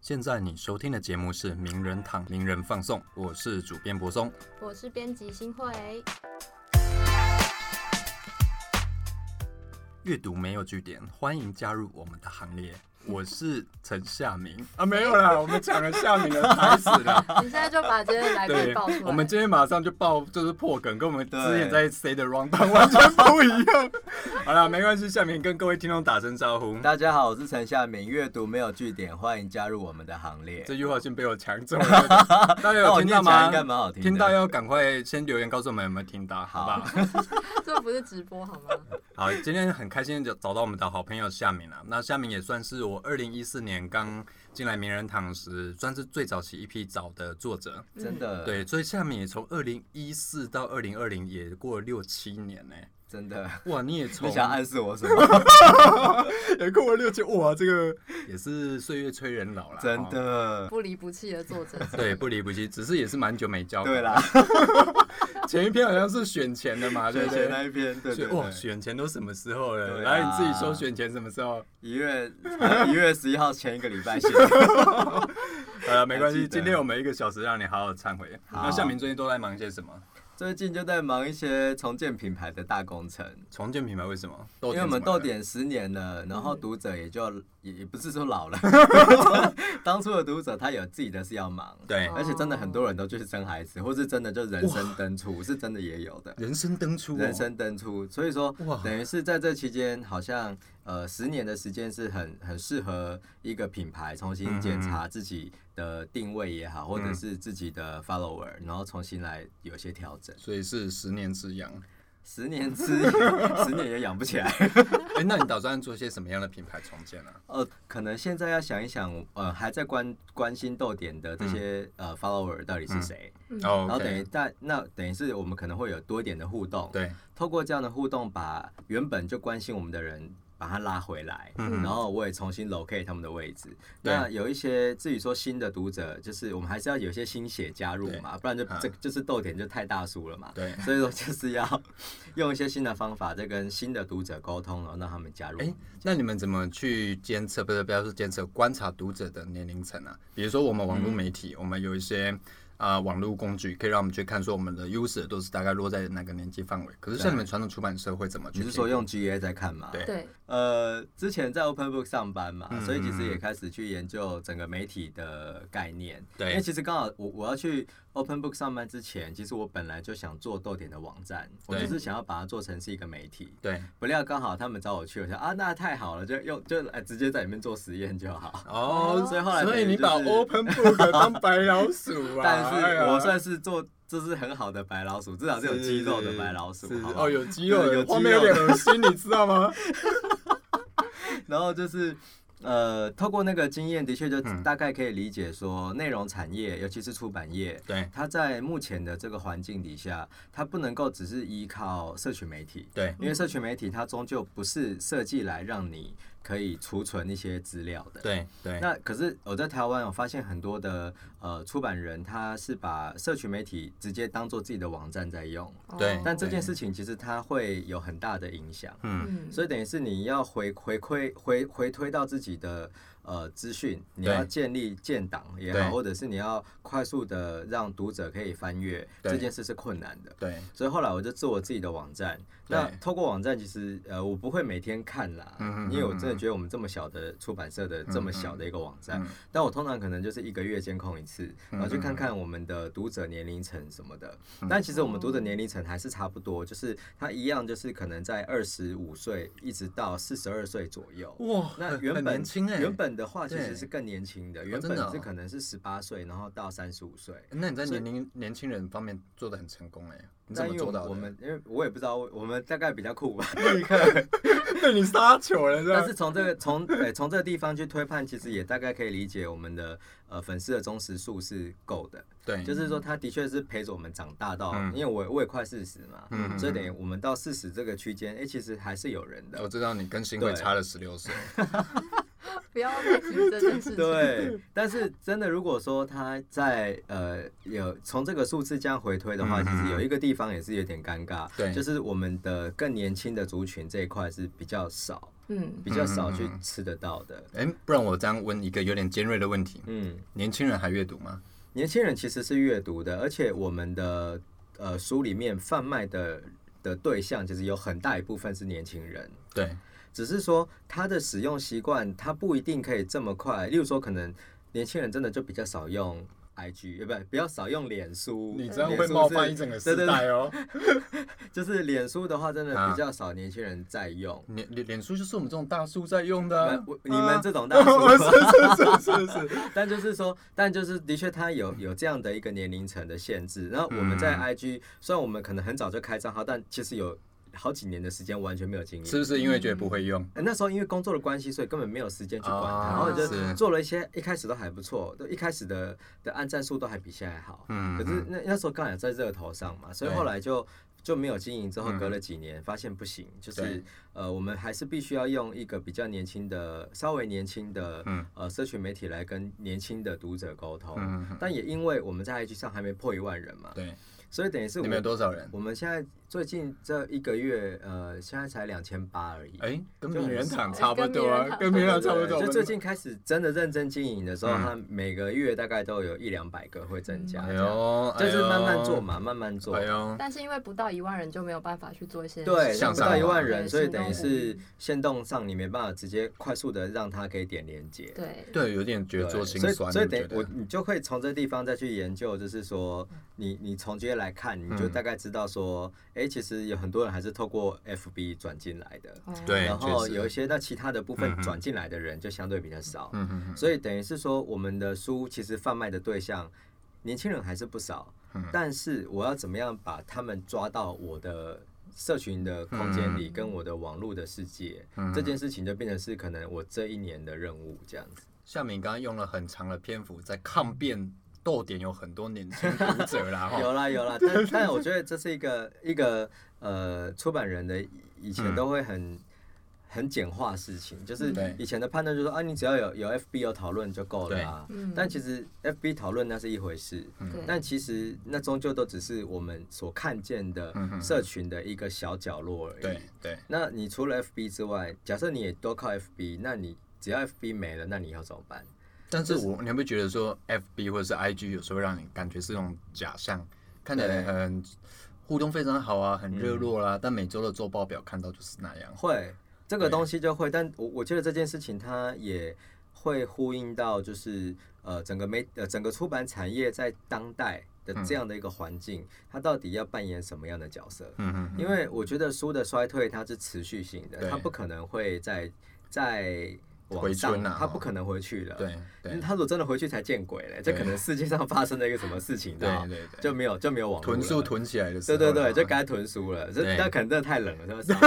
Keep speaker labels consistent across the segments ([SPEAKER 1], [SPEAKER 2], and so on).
[SPEAKER 1] 现在你收听的节目是《名人堂名人放送》，我是主编柏松。
[SPEAKER 2] 我是编辑新慧，
[SPEAKER 1] 阅读没有据点，欢迎加入我们的行列。我是陈夏明啊，没有 啦，我们抢了夏明的台词 啦。
[SPEAKER 2] 你现在就把今天的来宾
[SPEAKER 1] 对
[SPEAKER 2] 爆出，来。
[SPEAKER 1] 我们今天马上就爆，就是破梗，跟我们之
[SPEAKER 3] 对
[SPEAKER 1] 前在 say 的 round down 完全不一样。 好啦，没关系，夏明跟各位听众打声招呼。
[SPEAKER 3] 大家好，我是陈夏明，阅读没有据点，欢迎加入我们的行列。
[SPEAKER 1] 这句话先被我抢走了，大家
[SPEAKER 3] 那
[SPEAKER 1] 有
[SPEAKER 3] 我
[SPEAKER 1] 听
[SPEAKER 3] 念
[SPEAKER 1] 到
[SPEAKER 3] 起来
[SPEAKER 1] 吗
[SPEAKER 3] 应？该蛮好听的。
[SPEAKER 1] 听到要赶快先留言告诉我们有没有听到，好不好？
[SPEAKER 2] 这不是直播 好吗？
[SPEAKER 1] 好，今天很开心就找到我们的好朋友夏明了。那夏明也算是我二零一四年刚进来名人堂时，算是最早期一批找的作者。
[SPEAKER 3] 真的，，
[SPEAKER 1] 对，所以夏明也从二零一四到二零二零也过了六七年呢、
[SPEAKER 3] 真的。
[SPEAKER 1] 哇，你 也从
[SPEAKER 3] 你想暗示我什么？
[SPEAKER 1] 也过了六七，哇，这个也是岁月催人老了，
[SPEAKER 3] 真
[SPEAKER 1] 哦。
[SPEAKER 3] 的，
[SPEAKER 2] 不离不弃的作者，
[SPEAKER 1] 对，不离不弃，只是也是蛮久没交。
[SPEAKER 3] 对，啦，
[SPEAKER 1] 前一篇好像是选钱的嘛，哦对
[SPEAKER 3] 选
[SPEAKER 1] 不
[SPEAKER 3] 前
[SPEAKER 1] 对？哦
[SPEAKER 3] 那一篇，对对
[SPEAKER 1] 选哇，
[SPEAKER 3] 对，
[SPEAKER 1] 选钱都什么时候了？
[SPEAKER 3] 对啊
[SPEAKER 1] 来，你自己说选钱什么时候？
[SPEAKER 3] 一月一月十一号前一个礼拜写的，
[SPEAKER 1] 呃，没关系，
[SPEAKER 3] 还记得
[SPEAKER 1] 今天我们一个小时让你好好忏悔。
[SPEAKER 3] 好
[SPEAKER 1] 那夏明最近都在忙些什么？
[SPEAKER 3] 最近就在忙一些重建品牌的大工程，
[SPEAKER 1] 重建品牌为什哦么？嗯因
[SPEAKER 3] 因为我们豆点十年了，然后读者也就也也不是说 老了， 当初的读者他有自己的事要忙，
[SPEAKER 1] 对
[SPEAKER 2] 哦
[SPEAKER 3] 而且真的很多人都去生孩子，或是真的就人生登出，是真的也有的。
[SPEAKER 1] 人生登出哦，
[SPEAKER 3] 人生登出，所以说
[SPEAKER 1] 哇
[SPEAKER 3] 等于是在这期间，好像呃十年的时间是很很适合一个品牌重新检
[SPEAKER 1] 嗯
[SPEAKER 3] 查自己的定位也好，或者是自己的 follower，然后重新来有些调 整。
[SPEAKER 1] 所以是十年之 痒。
[SPEAKER 3] 十年之痒十年也养不起 来。
[SPEAKER 1] 哎，那你打算做些什么样的品牌重建啊？
[SPEAKER 3] 呃，可能现在要想一想，呃，还在关关心豆点的这些、呃 follower 到底是谁，
[SPEAKER 2] 嗯
[SPEAKER 1] 哦
[SPEAKER 3] 然后等于
[SPEAKER 1] 嗯，OK，
[SPEAKER 3] 但那等于是我们可能会有多一点的互动，
[SPEAKER 1] 对，
[SPEAKER 3] 透过这样的互动，把原本就关心我们的人把他拉回来，
[SPEAKER 1] 嗯
[SPEAKER 3] 然后我也重新 locate 他们的位置。
[SPEAKER 1] 对
[SPEAKER 3] 那有一些至于说新的读者，就是我们还是要有一些新血加入嘛，不然就
[SPEAKER 1] 啊
[SPEAKER 3] 这就是豆点就太大叔了嘛。
[SPEAKER 1] 对。
[SPEAKER 3] 所以说就是要用一些新的方法，再跟新的读者沟通，然后让他们加入。
[SPEAKER 1] 哎，那你们怎么去监测？不是，不要说监测，观察读者的年龄层啊。比如说，我们网络媒体，我们有一些啊、呃网络工具，可以让我们去看说我们的 user 都是大概落在哪个年纪范围。可是像你们传统出版社会怎么去
[SPEAKER 3] 你
[SPEAKER 1] 评估？
[SPEAKER 3] 是说用 GA 在看吗？
[SPEAKER 1] 对
[SPEAKER 2] 对，
[SPEAKER 3] 呃，之前在 Open Book 上班嘛，
[SPEAKER 1] 嗯
[SPEAKER 3] 所以其实也开始去研究整个媒体的概念。
[SPEAKER 1] 对
[SPEAKER 3] 因为其实刚好我我要去 Open Book 上班之前，其实我本来就想做豆点的网站，我
[SPEAKER 1] 对
[SPEAKER 3] 就是想要把它做成是一个媒体。
[SPEAKER 1] 对？
[SPEAKER 3] 不料刚好他们找我去，我想啊，那太好了，就用就哎直接在里面做实验就好。
[SPEAKER 1] 哦，
[SPEAKER 3] 所以后来
[SPEAKER 1] 所以你
[SPEAKER 3] 等于
[SPEAKER 1] 把
[SPEAKER 3] 就是
[SPEAKER 1] Open Book 当白老鼠啊？
[SPEAKER 3] 但
[SPEAKER 1] 哎
[SPEAKER 3] 是
[SPEAKER 1] 呀
[SPEAKER 3] 我算是做这是很好的白老鼠，至少是有肌肉的白老鼠
[SPEAKER 1] 是。
[SPEAKER 3] 好不好
[SPEAKER 1] 哦， 有肌肉的，
[SPEAKER 3] 对有肌肉
[SPEAKER 1] 画面有点恶心，你知道 吗？
[SPEAKER 3] 然后就是呃，透过那个经验，的确就
[SPEAKER 1] 嗯
[SPEAKER 3] 大概可以理解说，内容产业，尤其是出版业，
[SPEAKER 1] 对
[SPEAKER 3] 它在目前的这个环境底下，它不能够只是依靠社群媒体，
[SPEAKER 1] 对
[SPEAKER 3] 因为社群媒体它终究不是设计来让你可以储存一些资料的。
[SPEAKER 1] 对对
[SPEAKER 3] 那可是我在台湾，我发现很多的呃出版人，他是把社群媒体直接当做自己的网站在用，
[SPEAKER 2] 哦
[SPEAKER 1] 嗯对
[SPEAKER 3] 但这件事情其实它会有很大的影响。
[SPEAKER 1] 嗯，
[SPEAKER 2] 嗯，
[SPEAKER 3] 所以等于是你要回回馈回回推到自己的呃资讯，你
[SPEAKER 1] 对
[SPEAKER 3] 要建立建档也
[SPEAKER 1] 对
[SPEAKER 3] 好，或者是你要快速的让读者可以翻阅，
[SPEAKER 1] 对
[SPEAKER 3] 这件事是困难的。
[SPEAKER 1] 对
[SPEAKER 3] 所以后来我就做我自己的网站。
[SPEAKER 1] 对
[SPEAKER 3] 那透过网站，其实呃我不会每天看啦，
[SPEAKER 1] 嗯嗯嗯
[SPEAKER 3] 因为我真的觉得我们这么小的出版社的这么小的一个网站，
[SPEAKER 1] 嗯
[SPEAKER 3] 但我通常可能就是一个月监控一次，然后去看看我们的读者年龄层什么的。
[SPEAKER 1] 嗯
[SPEAKER 3] 但其实我们读者年龄层还是差不多，就是它一样，就是可能在二十五岁一直到四十二岁左右。
[SPEAKER 1] 哇，
[SPEAKER 3] 那
[SPEAKER 1] 很
[SPEAKER 3] 原
[SPEAKER 1] 很
[SPEAKER 3] 本
[SPEAKER 1] 年轻哎，
[SPEAKER 3] 原本的话其
[SPEAKER 1] 对
[SPEAKER 3] 实是更年轻的，原
[SPEAKER 1] 真的
[SPEAKER 3] 本
[SPEAKER 1] 哦
[SPEAKER 3] 是可能是十八岁，然后到三十五岁。
[SPEAKER 1] 那你在
[SPEAKER 3] 所以
[SPEAKER 1] 年龄年轻人方面做的很成功哎，你怎
[SPEAKER 3] 但
[SPEAKER 1] 么
[SPEAKER 3] 因为
[SPEAKER 1] 做
[SPEAKER 3] 我
[SPEAKER 1] 到的？
[SPEAKER 3] 们我们因为我也不知道，我们大概比较酷吧。
[SPEAKER 1] 被 你杀球了，
[SPEAKER 3] 但是从这个从对从这个地方去推判，其实也大概可以理解我们的呃粉丝的忠实数是够的。
[SPEAKER 1] 对，
[SPEAKER 3] 就是说他的确是陪着我们长大到，
[SPEAKER 1] 嗯
[SPEAKER 3] 因为我我也快四十嘛，
[SPEAKER 1] 嗯呃
[SPEAKER 3] 所以等于我们到四十这个区间，哎、其实还是有人
[SPEAKER 1] 我
[SPEAKER 3] 的。
[SPEAKER 1] 知道你跟新会
[SPEAKER 3] 对
[SPEAKER 1] 差了十六岁，
[SPEAKER 2] 不要再提这件事 情。
[SPEAKER 3] 对，但是真的，如果说他在呃有从这个数字这样回推的话，
[SPEAKER 1] 嗯
[SPEAKER 3] 其实有一个地方也是有点尴尬，
[SPEAKER 1] 对
[SPEAKER 3] 就是我们的更年轻的族群这一块是比较少，
[SPEAKER 2] 嗯，
[SPEAKER 3] 比较少去
[SPEAKER 1] 嗯
[SPEAKER 3] 吃得到的。
[SPEAKER 1] 哎、不然我这样问一个有点尖锐的问题：
[SPEAKER 3] 嗯，
[SPEAKER 1] 年轻人还阅读吗？
[SPEAKER 3] 年轻人其实是阅读的，而且我们的呃书里面贩卖的的对象，其实有很大一部分是年轻人。
[SPEAKER 1] 对，
[SPEAKER 3] 只是说它的使用习惯，它不一定可以这么快。例如说，可能年轻人真的就比较少用 IG，呃，不，比较少用脸书。
[SPEAKER 1] 你这样
[SPEAKER 3] 脸
[SPEAKER 1] 会
[SPEAKER 3] 书
[SPEAKER 1] 冒
[SPEAKER 3] 是
[SPEAKER 1] 犯一整个
[SPEAKER 3] 对
[SPEAKER 1] 时
[SPEAKER 3] 对
[SPEAKER 1] 代哦。
[SPEAKER 3] 对就是脸书的话，真的
[SPEAKER 1] 啊
[SPEAKER 3] 比较少年轻人在用。
[SPEAKER 1] 脸脸脸书就是我们这种大叔在用的
[SPEAKER 3] 那
[SPEAKER 1] 啊
[SPEAKER 3] 我，你们
[SPEAKER 1] 啊
[SPEAKER 3] 这种大叔，
[SPEAKER 1] 是是是是是，
[SPEAKER 3] 但就是说，但就是的确，它有有这样的一个年龄层的限制。然后我们
[SPEAKER 1] 嗯
[SPEAKER 3] 在 IG，、虽然我们可能很早就开账号，但其实有好几年的时间完全没有经营。
[SPEAKER 1] 是不是因为觉得不会用？
[SPEAKER 3] 呃那时候因为工作的关系，所以根本没有时间去管它，
[SPEAKER 1] 啊
[SPEAKER 3] 然后就是做了一些，一开始都还不错，都一开始的的按赞数都还比现在好。
[SPEAKER 1] 嗯
[SPEAKER 3] 可是那那时候刚好在热头上嘛，所以
[SPEAKER 1] 对
[SPEAKER 3] 后来就就没有经营。之后
[SPEAKER 1] 嗯
[SPEAKER 3] 隔了几年，发现不行，就是
[SPEAKER 1] 对
[SPEAKER 3] 呃，我们还是必须要用一个比较年轻的、稍微年轻的
[SPEAKER 1] 嗯
[SPEAKER 3] 呃社群媒体来跟年轻的读者沟通。
[SPEAKER 1] 嗯嗯，
[SPEAKER 3] 但也因为我们在 IG 上还没破一万人嘛，
[SPEAKER 1] 对，
[SPEAKER 3] 所以等于是我
[SPEAKER 1] 你们有
[SPEAKER 3] 们
[SPEAKER 1] 多少人？
[SPEAKER 3] 我们现在最近这一个月，呃，现在才两千八而已。
[SPEAKER 1] 哎、跟
[SPEAKER 3] 就
[SPEAKER 1] 名
[SPEAKER 3] 很
[SPEAKER 1] 人
[SPEAKER 3] 少
[SPEAKER 1] 堂
[SPEAKER 2] 哎
[SPEAKER 1] 差不
[SPEAKER 2] 跟
[SPEAKER 1] 多
[SPEAKER 2] 名人
[SPEAKER 1] 啊，
[SPEAKER 2] 堂
[SPEAKER 1] 跟名人堂
[SPEAKER 3] 对
[SPEAKER 1] 差不
[SPEAKER 3] 对
[SPEAKER 1] 多。
[SPEAKER 3] 就
[SPEAKER 1] 我
[SPEAKER 3] 最
[SPEAKER 1] 们
[SPEAKER 3] 近开始真的认真经营的时候，
[SPEAKER 1] 嗯
[SPEAKER 3] 它每个月大概都有一两百个会增加，
[SPEAKER 1] 哎
[SPEAKER 3] 这样
[SPEAKER 1] 呦，
[SPEAKER 3] 就是慢慢做
[SPEAKER 1] 做，
[SPEAKER 3] 嘛，慢慢做
[SPEAKER 1] 哎。呦，
[SPEAKER 2] 但是因为不到一万人就没有办法去做一些
[SPEAKER 3] 嗯对，
[SPEAKER 1] 向
[SPEAKER 3] 不
[SPEAKER 1] 上
[SPEAKER 3] 到一
[SPEAKER 1] 嘛
[SPEAKER 3] 万人，
[SPEAKER 2] 对
[SPEAKER 3] 所以
[SPEAKER 2] 行
[SPEAKER 3] 等于
[SPEAKER 2] 动
[SPEAKER 3] 是线动上你没办法直接快速的让它可以点连接。
[SPEAKER 2] 对
[SPEAKER 1] 对，有点觉得做心
[SPEAKER 3] 所以
[SPEAKER 1] 酸，
[SPEAKER 3] 所以
[SPEAKER 1] 你
[SPEAKER 3] 等于
[SPEAKER 1] 觉得
[SPEAKER 3] 我你就可以从这地方再去研究，就是说你你从这些来看，你就
[SPEAKER 1] 嗯
[SPEAKER 3] 大概知道说，哎、其实有很多人还是透过 FB 转进来的，
[SPEAKER 2] 哦
[SPEAKER 1] 对
[SPEAKER 3] 然后
[SPEAKER 1] 确实
[SPEAKER 3] 有一些那其他的部
[SPEAKER 1] 嗯
[SPEAKER 3] 分
[SPEAKER 1] 哼
[SPEAKER 3] 转进来的人就相对比较少，
[SPEAKER 1] 嗯嗯
[SPEAKER 3] 所以等于是说，我们的书其实贩卖的对象，年轻人还是不少，
[SPEAKER 1] 嗯
[SPEAKER 3] 但是我要怎么样把他们抓到我的社群的空间里，跟我的网络的世界，
[SPEAKER 1] 嗯
[SPEAKER 3] 这件事情就变成是可能我这一年的任务这样子。
[SPEAKER 1] 夏敏刚刚用了很长的篇幅在抗辩逗点，有很多年轻读者啦，哈，
[SPEAKER 3] 有啦 有啦，但但我觉得这是一个一个呃出版人的以前
[SPEAKER 1] 嗯
[SPEAKER 3] 都会很。很简化事情，就是
[SPEAKER 1] 对
[SPEAKER 3] 以前的判断就是说啊，你只要有有 FB 有讨论就够了啊
[SPEAKER 2] 对嗯。
[SPEAKER 3] 但其实 FB 讨论那是一回事，
[SPEAKER 2] 对
[SPEAKER 3] 但其实那终究都只是我们所看见的
[SPEAKER 1] 嗯哼
[SPEAKER 3] 社群的一个小角落而已。
[SPEAKER 1] 对对，
[SPEAKER 3] 那你除了 FB 之外，假设你也都靠 FB，那你只要 FB 没了，那你要怎么办？
[SPEAKER 1] 但是我你有没有觉得说，FB 或者是 IG 有时候让你感觉是那种假象，看起来
[SPEAKER 3] 对嗯
[SPEAKER 1] 很互动非常好啊，很热络啦、但每周的周报表看到就是那样。
[SPEAKER 3] 会这个
[SPEAKER 1] 对
[SPEAKER 3] 东西就会，但我我觉得这件事情它也会呼应到，就是呃整个媒呃整个出版产业在当代的
[SPEAKER 1] 嗯
[SPEAKER 3] 这样的一个环境，它到底要扮演什么样的角色？
[SPEAKER 1] 嗯嗯
[SPEAKER 3] 因为我觉得书的衰退它是持续性的，
[SPEAKER 1] 对
[SPEAKER 3] 它不可能会在在往
[SPEAKER 1] 回
[SPEAKER 3] 上，
[SPEAKER 1] 春啊
[SPEAKER 3] 它
[SPEAKER 1] 哦
[SPEAKER 3] 不可能回去了。
[SPEAKER 1] 对对
[SPEAKER 3] 嗯，他如果真的回去才见鬼嘞，这
[SPEAKER 1] 对
[SPEAKER 3] 可能世界上发生了一个什么事情，
[SPEAKER 1] 对
[SPEAKER 3] 然后
[SPEAKER 1] 对对
[SPEAKER 3] 就没有就没有网络
[SPEAKER 1] 囤数
[SPEAKER 3] 了。
[SPEAKER 1] 囤起来的时
[SPEAKER 3] 对
[SPEAKER 1] 候，
[SPEAKER 3] 对对，就该囤书了。这
[SPEAKER 1] 对
[SPEAKER 3] 那可能真的太冷了，是 吧？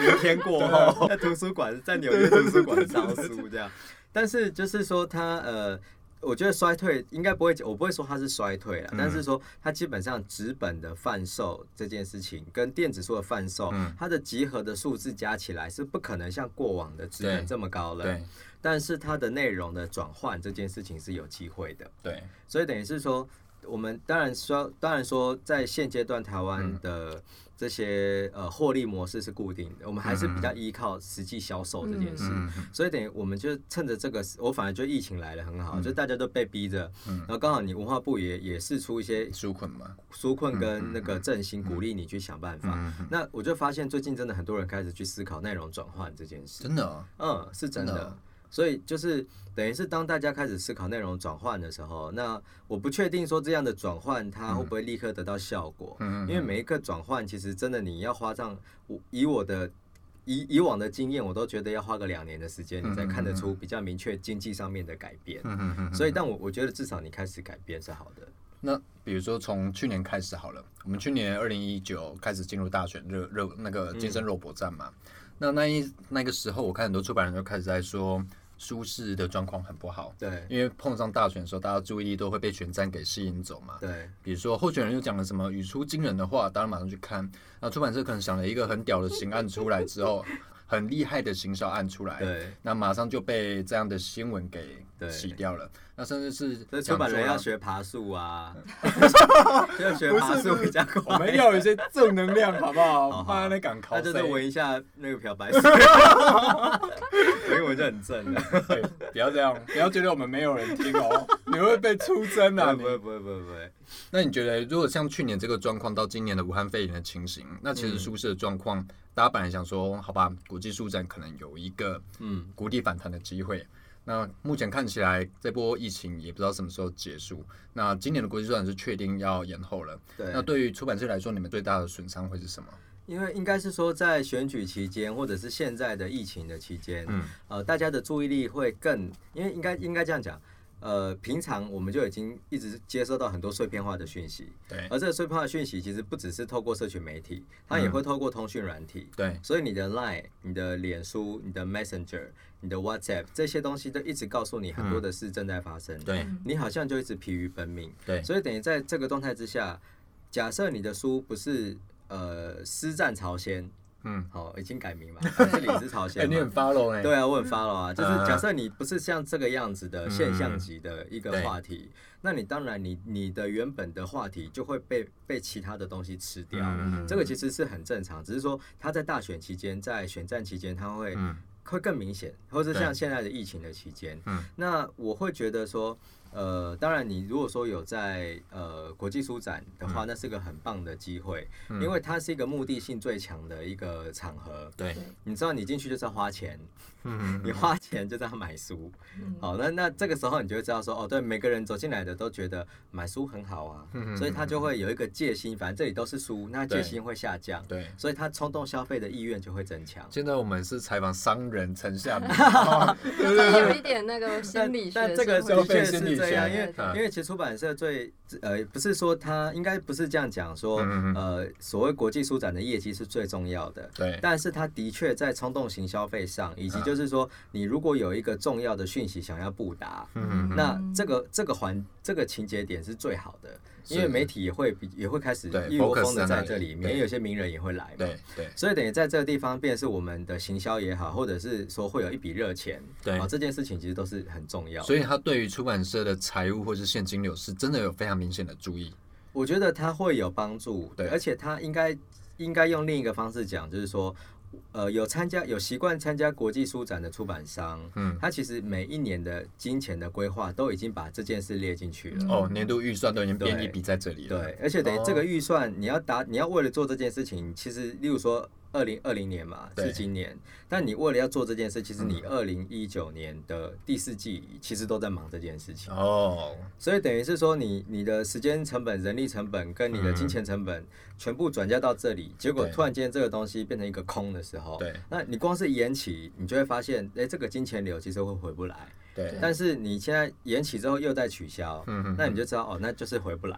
[SPEAKER 3] 明天过后， 在图书馆，在纽约图书馆烧书这样。但是就是说它，呃，我觉得衰退应该不会，我不会说它是衰退了，
[SPEAKER 1] 嗯
[SPEAKER 3] 但是说它基本上纸本的贩售这件事情跟电子书的贩售
[SPEAKER 1] 嗯，
[SPEAKER 3] 它的集合的数字加起来是不可能像过往的纸
[SPEAKER 1] 对
[SPEAKER 3] 本这么高了。
[SPEAKER 1] 对
[SPEAKER 3] 但是它的内容的转换这件事情是有机会的，
[SPEAKER 1] 对，
[SPEAKER 3] 所以等于是说，我们当然说，当然说，在现阶段台
[SPEAKER 1] 嗯
[SPEAKER 3] 湾的这些、呃获利模式是固定的，我们还是比较依靠实际销售这件事。
[SPEAKER 1] 嗯
[SPEAKER 3] 所以等于我们就趁着这个，我反而就疫情来了很好，就
[SPEAKER 1] 嗯
[SPEAKER 3] 大家都被逼着，然后刚好你文化部也也试出一些
[SPEAKER 1] 纾困嘛，
[SPEAKER 3] 纾
[SPEAKER 1] 嗯
[SPEAKER 3] 困跟那个振兴，鼓励你去想办法。那我就发现最近真的很多人开始去思考内容转换这件事。
[SPEAKER 1] 真的、哦，
[SPEAKER 3] 嗯，是真
[SPEAKER 1] 真
[SPEAKER 3] 的。
[SPEAKER 1] 的哦
[SPEAKER 3] 所以就是等于是当大家开始思考内容转换的时候，那我不确定说这样的转换它会不会立刻得到效果，
[SPEAKER 1] 嗯
[SPEAKER 3] 因为每一个转换其实真的你要花上我以我的。以以往的经验，我都觉得要花个两年的时间，你才看得出比较明确经济上面的改变。
[SPEAKER 1] 嗯嗯嗯。
[SPEAKER 3] 所以，但我我觉得至少你开始改变是好的。
[SPEAKER 1] 那比如说从去年开始好了，我们去年二零一九开始进入大选热热那个
[SPEAKER 3] 嗯
[SPEAKER 1] 金身肉搏战嘛，那那一那个时候，我看很多出版人就开始在说，舒适的状况很不好，
[SPEAKER 3] 对
[SPEAKER 1] 因为碰上大选的时候，大家注意力都会被选战给吸引走嘛。
[SPEAKER 3] 对，
[SPEAKER 1] 比如说候选人又讲了什么语出惊人的话，当然马上去看。那出版社可能想了一个很屌的刑案出来之后，很厉害的行销案出来，
[SPEAKER 3] 对
[SPEAKER 1] 那马上就被这样的新闻给
[SPEAKER 3] 对
[SPEAKER 1] 洗掉了。那甚至是
[SPEAKER 3] 所以出版人
[SPEAKER 1] 讲说啊
[SPEAKER 3] 要学爬树啊， 要学爬树比较
[SPEAKER 1] 我
[SPEAKER 3] 快。
[SPEAKER 1] 们要有一些正能量，好不
[SPEAKER 3] 好
[SPEAKER 1] 好？
[SPEAKER 3] 好
[SPEAKER 1] 妈的，敢考
[SPEAKER 3] 那就
[SPEAKER 1] 试
[SPEAKER 3] 是闻一下那个漂白水，所以我就很正了。
[SPEAKER 1] 对不要这样，不要觉得我们没有人听哦，你会被出征 啊！
[SPEAKER 3] 不
[SPEAKER 1] 你
[SPEAKER 3] 会不会不会不会，
[SPEAKER 1] 那你觉得，如果像去年这个状况到今年的武汉肺炎的情形，那其实舒适的状况，大家本来想说，好吧，国际书展可能有一个
[SPEAKER 3] 嗯，
[SPEAKER 1] 谷底反弹的机会。那目前看起来，这波疫情也不知道什么时候结束。那今年的国际书展是确定要延后了。
[SPEAKER 3] 对。
[SPEAKER 1] 那对于出版社来说，你们最大的损伤会是什么？
[SPEAKER 3] 因为应该是说，在选举期间，或者是现在的疫情的期间，
[SPEAKER 1] 嗯
[SPEAKER 3] 呃，大家的注意力会更，因为应该应该这样讲，呃，平常我们就已经一直接收到很多碎片化的讯息，
[SPEAKER 1] 对
[SPEAKER 3] 而这个碎片化的讯息其实不只是透过社群媒体，它
[SPEAKER 1] 嗯
[SPEAKER 3] 也会透过通讯软体，
[SPEAKER 1] 对
[SPEAKER 3] 所以你的 Line、你的脸书、你的 Messenger、你的 WhatsApp 这些东西都一直告诉你很多的事正在发生，
[SPEAKER 1] 嗯对
[SPEAKER 3] 你好像就一直疲于奔命，
[SPEAKER 1] 对
[SPEAKER 3] 所以等于在这个动态之下，假设你的书不是呃师战朝鲜，
[SPEAKER 1] 嗯，
[SPEAKER 3] 好、已经改 名嘛，不是李斯朝
[SPEAKER 1] 哎、
[SPEAKER 3] 鲜
[SPEAKER 1] 你
[SPEAKER 3] 嘛。
[SPEAKER 1] 很 follow 哎、
[SPEAKER 3] 对啊，我很 follow 啊，就是
[SPEAKER 1] 嗯
[SPEAKER 3] 假设你不是像这个样子的现象级的一个
[SPEAKER 1] 对
[SPEAKER 3] 话题，那你当然你你的原本的话题就会被被其他的东西吃掉，
[SPEAKER 1] 嗯
[SPEAKER 3] 这个其实是很正常，只是说他在大选期间，在选战期间，他会、
[SPEAKER 1] 嗯
[SPEAKER 3] 会更明显，或者
[SPEAKER 1] 对
[SPEAKER 3] 像现在的疫情的期间，
[SPEAKER 1] 嗯
[SPEAKER 3] 那我会觉得说，呃，当然你如果说有在呃国际书展的
[SPEAKER 1] 嗯
[SPEAKER 3] 话，那是个很棒的机会，因为它是一个目的性最强的一个场合，
[SPEAKER 1] 对，
[SPEAKER 3] 你知道你进去就是要花钱，
[SPEAKER 1] 嗯
[SPEAKER 3] 你花钱就是要买书，
[SPEAKER 2] 嗯
[SPEAKER 3] 好，那那这个时候你就会知道说，哦，对，每个人走进来的都觉得买书很好啊，
[SPEAKER 1] 嗯
[SPEAKER 3] 所以他就会有一个戒心，反正这里都是书，那戒
[SPEAKER 1] 对
[SPEAKER 3] 心会下降，
[SPEAKER 1] 对。
[SPEAKER 3] 所以他冲动消费的意愿就会增强。
[SPEAKER 1] 现在我们是采访商人陈夏 明，哦对对
[SPEAKER 2] 这有
[SPEAKER 1] 对，
[SPEAKER 2] 一点那个
[SPEAKER 3] 但
[SPEAKER 2] 心理学
[SPEAKER 3] 但
[SPEAKER 2] 的
[SPEAKER 3] 这个
[SPEAKER 1] 消
[SPEAKER 3] 的
[SPEAKER 2] 社
[SPEAKER 1] 费
[SPEAKER 3] 确
[SPEAKER 2] 会
[SPEAKER 1] 心
[SPEAKER 3] 是
[SPEAKER 1] 理
[SPEAKER 3] 这
[SPEAKER 1] 学
[SPEAKER 3] 样，因为
[SPEAKER 1] 嗯
[SPEAKER 2] 啊
[SPEAKER 3] 因为其实出版社最呃不是说他应该不是这样讲说
[SPEAKER 1] 嗯嗯嗯
[SPEAKER 3] 呃所谓国际书展的业绩是最重要的，
[SPEAKER 1] 对啊
[SPEAKER 3] 但是它的确在冲动型消费上，以及就是说你如果有一个重要的讯息想要布达，
[SPEAKER 1] 嗯
[SPEAKER 3] 那这个这个环这个情节点是最好的，因为
[SPEAKER 1] 是
[SPEAKER 3] 媒体也会比也会开始
[SPEAKER 1] 对
[SPEAKER 3] 一窝
[SPEAKER 1] focus
[SPEAKER 3] 蜂的
[SPEAKER 1] 在那
[SPEAKER 3] 在
[SPEAKER 1] 里
[SPEAKER 3] 这里面，
[SPEAKER 1] 对
[SPEAKER 3] 也有些名人也会来嘛，
[SPEAKER 1] 对对
[SPEAKER 3] 所以等于在这个地方，便是我们的行销也好，或者是说会有一笔热钱，
[SPEAKER 1] 对
[SPEAKER 3] 啊，这件事情其实都是很重要。
[SPEAKER 1] 所
[SPEAKER 3] 以
[SPEAKER 1] 以他对于出版社的财务或是现金流是真的有非常明显的注意。
[SPEAKER 3] 我觉得它会有帮助，
[SPEAKER 1] 对
[SPEAKER 3] 而且它应该应该用另一个方式讲，就是说，呃，有参加有习惯参加国际书展的出版商，
[SPEAKER 1] 嗯，
[SPEAKER 3] 他其实每一年的金钱的规划都已经把这件事列进去了。
[SPEAKER 2] 嗯
[SPEAKER 1] 哦，年度预算都已经编
[SPEAKER 3] 对
[SPEAKER 1] 一笔在这里了。
[SPEAKER 3] 对，而且等于
[SPEAKER 1] 哦
[SPEAKER 3] 这个预算，你要达，你要为了做这件事情，其实例如说二零二零年嘛
[SPEAKER 1] 对嗯
[SPEAKER 3] 是今年，但你为了要做这件事，其实你二零一九年的第四季其实都在忙这件事情，
[SPEAKER 1] 哦，
[SPEAKER 3] 所以等于是说你你的时间成本、人力成本跟你的金钱成本全部转嫁到这里，结果
[SPEAKER 1] 嗯对
[SPEAKER 3] 突然间这个东西变成一个空的时候，
[SPEAKER 1] 对
[SPEAKER 3] 那你光是延期，你就会发现，哎，这个金钱流其实会回不来，
[SPEAKER 1] 对，
[SPEAKER 3] 但是你现在延期之后又再取消，
[SPEAKER 1] 嗯嗯
[SPEAKER 3] 那你就知道哦，那就是回 不来，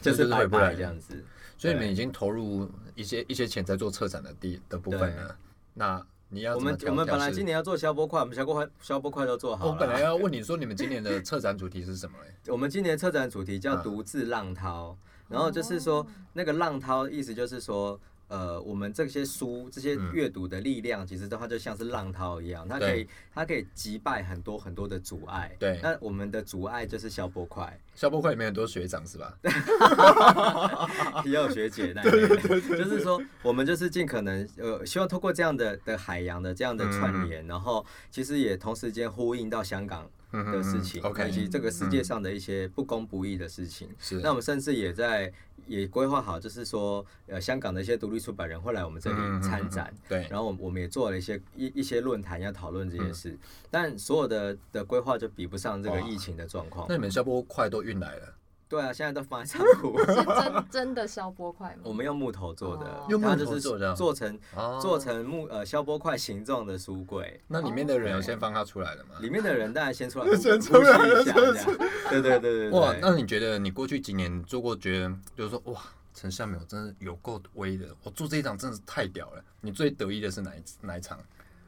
[SPEAKER 1] 这
[SPEAKER 3] 是
[SPEAKER 1] 就是
[SPEAKER 3] 拜
[SPEAKER 1] 回不来
[SPEAKER 3] 拜这样子。
[SPEAKER 1] 所以你
[SPEAKER 3] 对
[SPEAKER 1] 们已经投入一些一些钱在做策展的地的部分了。那你要
[SPEAKER 3] 我
[SPEAKER 1] 怎么
[SPEAKER 3] 们
[SPEAKER 1] 调
[SPEAKER 3] 我们本来
[SPEAKER 1] 调试
[SPEAKER 3] 今年要做消波块，我们消波块消波块都做好
[SPEAKER 1] 我
[SPEAKER 3] 了。
[SPEAKER 1] 本来要问你说你们今年的策展主题是什么 嘞？
[SPEAKER 3] 我们今年策展主题叫
[SPEAKER 1] 嗯
[SPEAKER 3] “独自浪涛”，然后就是说那个浪涛意思就是说。呃，我们这些书、这些
[SPEAKER 1] 嗯
[SPEAKER 3] 阅读的力量，其实的话就像是浪涛一样，它可以它可以击败很多很多的阻碍。
[SPEAKER 1] 对
[SPEAKER 3] 那我们的阻碍就是消波块，
[SPEAKER 1] 消波会里面很多学长是吧？嗯
[SPEAKER 3] 也有 学姐那一类 的，就是说我们就是尽可能呃，希望透过这样的的海洋的这样的
[SPEAKER 1] 嗯
[SPEAKER 3] 串联，然后其实也同时间呼应到香港的事
[SPEAKER 1] 嗯
[SPEAKER 3] 情
[SPEAKER 1] 嗯嗯，OK
[SPEAKER 3] 以及这个世界上的一些不公不义的事情。
[SPEAKER 1] 是
[SPEAKER 3] 那我们甚至也在也规划好，就是说呃，香港的一些独立出版人会来我们这
[SPEAKER 1] 嗯嗯嗯嗯
[SPEAKER 3] 里参展。
[SPEAKER 1] 对，嗯
[SPEAKER 3] 然后我们我们也做了一些一一些论坛要讨论这件事，但所有的的规划就比不上这个
[SPEAKER 1] 哇
[SPEAKER 3] 疫情的状况
[SPEAKER 1] 那。你们消波块都运来了，
[SPEAKER 3] 对啊，现在都放在仓 库。
[SPEAKER 2] 是真真的消波块
[SPEAKER 3] 我
[SPEAKER 2] 吗？
[SPEAKER 3] 们用木头做的
[SPEAKER 2] 哦，
[SPEAKER 1] 用木头
[SPEAKER 3] 它就是
[SPEAKER 1] 做的
[SPEAKER 3] 做成
[SPEAKER 1] 哦
[SPEAKER 3] 做成木呃消波块形状的书柜。
[SPEAKER 1] 那里面的人有
[SPEAKER 3] 哎
[SPEAKER 1] 先放他出来了吗？
[SPEAKER 3] 里面的人当然先出来 呼，
[SPEAKER 1] 先出
[SPEAKER 3] 呼吸
[SPEAKER 1] 来
[SPEAKER 3] 一下，这样对对对对对。
[SPEAKER 1] 哇，那你觉得你过去几年做过，觉得就是说，哇，陈夏淼真的有够威的，我做这一场真的是太屌了。你最得意的是哪一哪一场？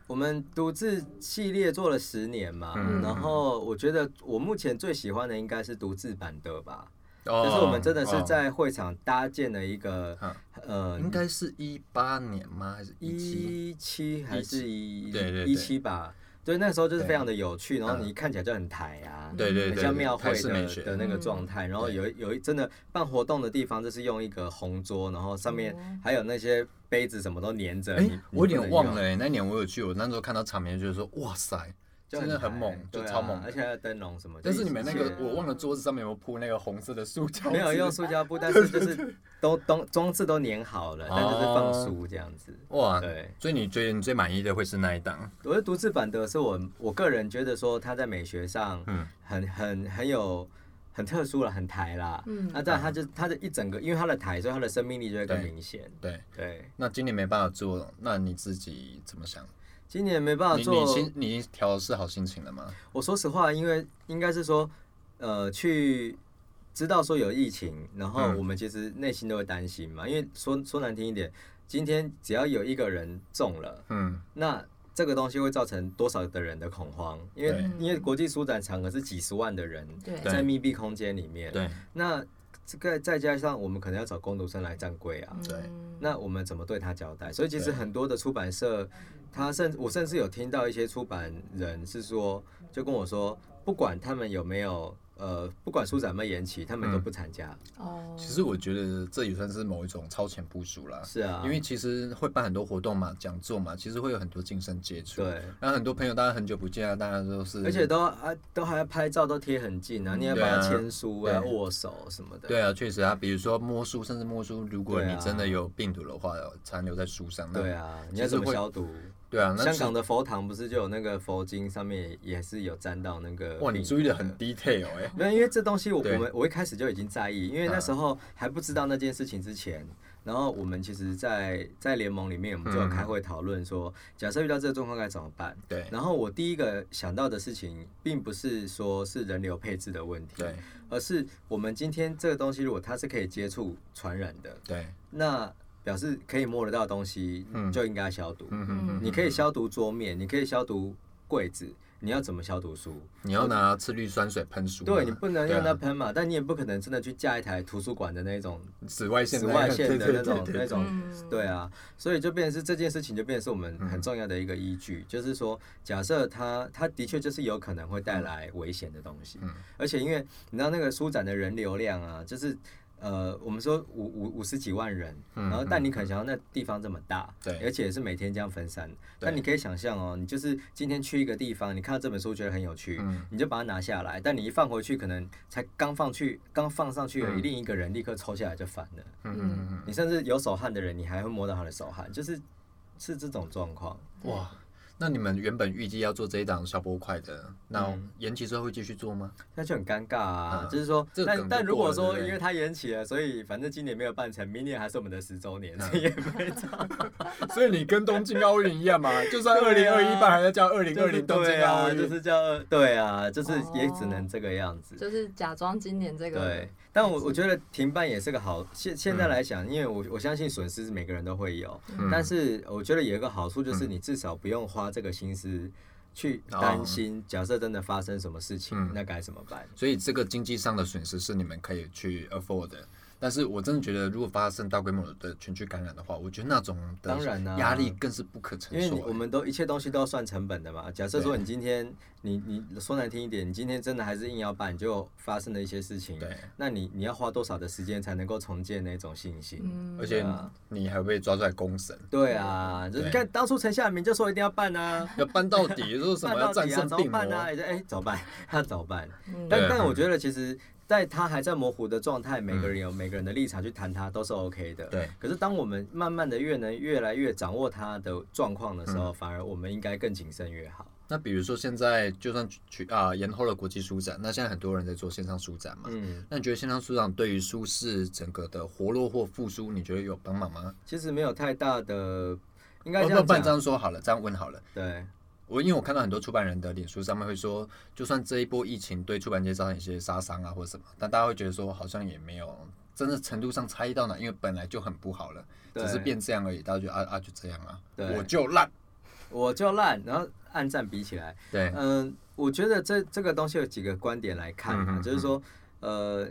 [SPEAKER 3] 我们独自系列做了十年嘛，
[SPEAKER 1] 嗯
[SPEAKER 3] 然后我觉得我目前最喜欢的应该是独自版的吧，
[SPEAKER 1] 哦
[SPEAKER 3] 就是我们真的是、
[SPEAKER 1] 哦
[SPEAKER 3] 在会场搭建了一个、
[SPEAKER 1] 嗯
[SPEAKER 3] 呃
[SPEAKER 1] 应该是一八年吗？还是一七？
[SPEAKER 3] 一七还是一
[SPEAKER 1] 对对对
[SPEAKER 3] 一七吧。对，那时候就是
[SPEAKER 1] 对嗯
[SPEAKER 3] 非常的有趣，然后你看起来就很台啊，
[SPEAKER 1] 对对对
[SPEAKER 3] 很
[SPEAKER 1] 对，
[SPEAKER 3] 像庙会
[SPEAKER 1] 台式美
[SPEAKER 3] 的
[SPEAKER 1] 学，
[SPEAKER 3] 的那个
[SPEAKER 2] 嗯
[SPEAKER 3] 状态。然后有一有一真的办活动的地方，就是用一个红桌，然后上面
[SPEAKER 2] 哦
[SPEAKER 3] 还有那些杯子什么都粘着。
[SPEAKER 1] 哎、
[SPEAKER 3] 你
[SPEAKER 1] 我有点忘，
[SPEAKER 3] 你
[SPEAKER 1] 了、
[SPEAKER 3] 不能用
[SPEAKER 1] 欸，那年我有去，我那时候看到场面就觉得说，哇塞，
[SPEAKER 3] 就
[SPEAKER 1] 真的很
[SPEAKER 3] 台
[SPEAKER 1] 猛，就
[SPEAKER 3] 对啊
[SPEAKER 1] 超猛的
[SPEAKER 3] 而且还有灯笼什么。
[SPEAKER 1] 但
[SPEAKER 3] 就是
[SPEAKER 1] 你们那
[SPEAKER 3] 一
[SPEAKER 1] 个
[SPEAKER 3] 切，
[SPEAKER 1] 我忘了桌子上面有没有铺那个红色的塑胶纸，
[SPEAKER 3] 没有用塑胶 布，但是就是都都装置都粘好了，但就是放
[SPEAKER 1] 哦
[SPEAKER 3] 书这样子。
[SPEAKER 1] 哇，
[SPEAKER 3] 对，
[SPEAKER 1] 所以你觉得你最满意的会是那一档？
[SPEAKER 3] 我觉得独自版的是我我个人觉得说它在美学上
[SPEAKER 1] 嗯
[SPEAKER 3] 很很很有很特殊了，很台啦。
[SPEAKER 2] 嗯
[SPEAKER 3] 那这样它就它的一整个，因为它的台，所以它的生命力就会更
[SPEAKER 1] 对
[SPEAKER 3] 明显。
[SPEAKER 1] 对，
[SPEAKER 3] 对，
[SPEAKER 1] 那今年没办法做，那你自己怎么想？
[SPEAKER 3] 今年没办法
[SPEAKER 1] 你你
[SPEAKER 3] 做。
[SPEAKER 1] 心你已经调试好心情了吗？
[SPEAKER 3] 我说实话，因为应该是说，呃，去知道说有疫情，然后
[SPEAKER 1] 嗯
[SPEAKER 3] 我们其实内心都会担心嘛。因为说说难听一点，今天只要有一个人中了。
[SPEAKER 1] 嗯，
[SPEAKER 3] 那这个东西会造成多少的人的恐慌？因为
[SPEAKER 2] 对
[SPEAKER 3] 因为国际书展场可是几十万的人
[SPEAKER 2] 对
[SPEAKER 3] 在密闭空间里面，
[SPEAKER 1] 对
[SPEAKER 3] 那这个再加上我们可能要找工读生来站柜啊，
[SPEAKER 1] 对
[SPEAKER 2] 嗯
[SPEAKER 3] 那我们怎么对他交代？所以其实
[SPEAKER 1] 对
[SPEAKER 3] 很多的出版社，他甚我甚至有听到一些出版人是说，就跟我说，不管他们有没有呃，不管书展有没有延期，他们都不参加。
[SPEAKER 1] 啊
[SPEAKER 2] 哦，
[SPEAKER 1] 其实我觉得这也算是某一种超前部署啦，
[SPEAKER 3] 是啊，
[SPEAKER 1] 因为其实会办很多活动嘛、讲座嘛，其实会有很多近身接触。
[SPEAKER 3] 对。
[SPEAKER 1] 然后很多朋友大家很久不见啊，大家都是，
[SPEAKER 3] 而且都啊都还要拍照，都贴很近啊，你要帮他
[SPEAKER 1] 对啊
[SPEAKER 3] 签书啊、
[SPEAKER 1] 对
[SPEAKER 3] 握手什么的。
[SPEAKER 1] 对啊，确实啊，比如说摸书，甚至摸书，如果
[SPEAKER 3] 对
[SPEAKER 1] 你
[SPEAKER 3] 啊
[SPEAKER 1] 真的有病毒的话，残留在书上，那
[SPEAKER 3] 对啊，你
[SPEAKER 1] 其
[SPEAKER 3] 要
[SPEAKER 1] 实
[SPEAKER 3] 怎么
[SPEAKER 1] 会
[SPEAKER 3] 消毒？
[SPEAKER 1] 对啊，那
[SPEAKER 3] 香
[SPEAKER 1] 是
[SPEAKER 3] 港的佛堂不是就有那个佛经上面也是有沾到那个？
[SPEAKER 1] 哇，你注意的很。detail 哎、
[SPEAKER 3] 没有，因为这东西我
[SPEAKER 1] 对
[SPEAKER 3] 我们我一开始就已经在意，因为那
[SPEAKER 1] 嗯
[SPEAKER 3] 时候还不知道那件事情之前，然后我们其实在，在联盟里面，我们就有
[SPEAKER 1] 嗯
[SPEAKER 3] 开会讨论说，假设遇到这个状况该怎么办。
[SPEAKER 1] 对
[SPEAKER 3] 然后我第一个想到的事情，并不是说是人流配置的问题，
[SPEAKER 1] 对
[SPEAKER 3] 而是我们今天这个东西，如果它是可以接触传染的，
[SPEAKER 1] 对，
[SPEAKER 3] 那表示可以摸得到的东西
[SPEAKER 1] 嗯
[SPEAKER 3] 就应该消毒。
[SPEAKER 1] 嗯哼哼，
[SPEAKER 3] 你可以消毒桌面，你可以消毒柜子，你要怎么消毒书？
[SPEAKER 1] 你要拿次氯酸水喷书嘛，
[SPEAKER 3] 对你不能
[SPEAKER 1] 对
[SPEAKER 3] 用
[SPEAKER 1] 啊
[SPEAKER 3] 它喷嘛，但你也不可能真的去架一台图书馆的那种
[SPEAKER 1] 紫外线
[SPEAKER 3] 紫外线的
[SPEAKER 1] 对
[SPEAKER 3] 那种
[SPEAKER 1] 对对
[SPEAKER 3] 那种
[SPEAKER 2] 嗯，
[SPEAKER 3] 对啊，所以就变成是这件事情就变成是我们
[SPEAKER 1] 嗯
[SPEAKER 3] 很重要的一个依据，就是说，假设它它的确就是有可能会
[SPEAKER 1] 嗯
[SPEAKER 3] 带来危险的东西，而且因为你知道那个书展的人流量啊，就是。呃，我们说五五五十几万人，然后但你可能想到那地方这么大，
[SPEAKER 1] 嗯对
[SPEAKER 3] 而且是每天这样分散，
[SPEAKER 1] 对
[SPEAKER 3] 但你可以想象哦，你就是今天去一个地方，你看到这本书觉得很有
[SPEAKER 1] 嗯
[SPEAKER 3] 趣，你就把它拿下来，但你一放回去，可能才刚放去，刚放上去而
[SPEAKER 1] 嗯
[SPEAKER 3] 已，另一个人立刻抽下来就反了，
[SPEAKER 2] 嗯，
[SPEAKER 3] 你甚至有手汗的人，你还会摸到他的手汗，就是是这种状况。
[SPEAKER 1] 嗯哇。那你们原本预计要做这一档消波块的，那
[SPEAKER 3] 嗯
[SPEAKER 1] 延期之后会继续做吗？
[SPEAKER 3] 那就很尴尬啊，
[SPEAKER 1] 嗯
[SPEAKER 3] 就是说，
[SPEAKER 1] 这个
[SPEAKER 3] 但
[SPEAKER 1] 梗就
[SPEAKER 3] 但如
[SPEAKER 1] 过
[SPEAKER 3] 果
[SPEAKER 1] 了对
[SPEAKER 3] 说
[SPEAKER 1] 不对
[SPEAKER 3] 因为它延期了，所以反正今年没有办成，明年还是我们的十周
[SPEAKER 1] 嗯
[SPEAKER 3] 年，所以也没差。
[SPEAKER 1] 所以你跟东京奥运一样嘛，就算二
[SPEAKER 3] 对
[SPEAKER 1] 零
[SPEAKER 3] 啊
[SPEAKER 1] 二一办，还要叫二
[SPEAKER 3] 就
[SPEAKER 1] 零二
[SPEAKER 3] 是
[SPEAKER 1] 零东
[SPEAKER 3] 对
[SPEAKER 1] 京奥
[SPEAKER 3] 啊，
[SPEAKER 1] 运，
[SPEAKER 3] 就是叫对啊，就是也只能
[SPEAKER 2] 哦
[SPEAKER 3] 这个样子。
[SPEAKER 2] 就是假装今年这个
[SPEAKER 3] 对，但我我觉得停办也是个好，现现在来讲，因为我我相信损失是每个人都会有，
[SPEAKER 1] 嗯
[SPEAKER 3] 但是我觉得有一个好处就是你至少不用花这个心思去担心，假设真的发生什么事情，
[SPEAKER 1] 哦嗯
[SPEAKER 3] 那该怎么办？
[SPEAKER 1] 所以这个经济上的损失是你们可以去 afford 的。但是我真的觉得，如果发生大规模的群聚感染的话，我觉得那种的
[SPEAKER 3] 当然啊
[SPEAKER 1] 压力更是不可承
[SPEAKER 3] 因为
[SPEAKER 1] 受欸
[SPEAKER 3] 你
[SPEAKER 1] 的。
[SPEAKER 3] 我们都一切东西都要算成本的嘛。假设说你今天你你说难听一点，你今天真的还是硬要办，就发生了一些事情
[SPEAKER 1] 对，
[SPEAKER 3] 那你你要花多少的时间才能够重建那种信心？
[SPEAKER 2] 嗯
[SPEAKER 1] 而且
[SPEAKER 3] 对啊
[SPEAKER 1] 你还被抓出来公审，
[SPEAKER 3] 对啊，就是
[SPEAKER 1] 对
[SPEAKER 3] 你看当初陈夏明就说一定要办啊，
[SPEAKER 1] 要搬到 底，说什么要战胜病魔
[SPEAKER 3] 办到底啊怎么办啊？？也就哎，怎么办？ 那怎么办？
[SPEAKER 2] 嗯
[SPEAKER 3] 但
[SPEAKER 1] 对嗯
[SPEAKER 3] 但我觉得其实。在他还在模糊的状态，每个人有每个人的立场去谈他都是 OK 的。
[SPEAKER 1] 对。
[SPEAKER 3] 可是当我们慢慢的越能越来越掌握他的状况的时
[SPEAKER 1] 嗯
[SPEAKER 3] 候，反而我们应该更谨慎越好。
[SPEAKER 1] 那比如说现在就算去啊、延后了国际书展，那现在很多人在做线上书展嘛。
[SPEAKER 3] 嗯，
[SPEAKER 1] 那你觉得线上书展对于书市整个的活络或复苏，你觉得有帮忙吗？
[SPEAKER 3] 其实没有太大的，应该
[SPEAKER 1] 哦，
[SPEAKER 3] 这
[SPEAKER 1] 不
[SPEAKER 3] 样
[SPEAKER 1] 不然这
[SPEAKER 3] 讲。
[SPEAKER 1] 样说好了，这样问好了。
[SPEAKER 3] 对，
[SPEAKER 1] 我因为我看到很多出版人的脸书上面会说，就算这一波疫情对出版界造成一些杀伤啊或者什么，但大家会觉得说好像也没有真的程度上差异到哪，因为本来就很不好了，
[SPEAKER 3] 对
[SPEAKER 1] 只是变这样而已，大家觉得啊啊就这样啊，
[SPEAKER 3] 对嗯
[SPEAKER 1] 我就烂，
[SPEAKER 3] 我就烂，然后暗战比起来，
[SPEAKER 1] 对，
[SPEAKER 3] 嗯、我觉得这这个东西有几个观点来看
[SPEAKER 1] 嗯
[SPEAKER 3] 啊，
[SPEAKER 1] 嗯
[SPEAKER 3] 就是说，呃，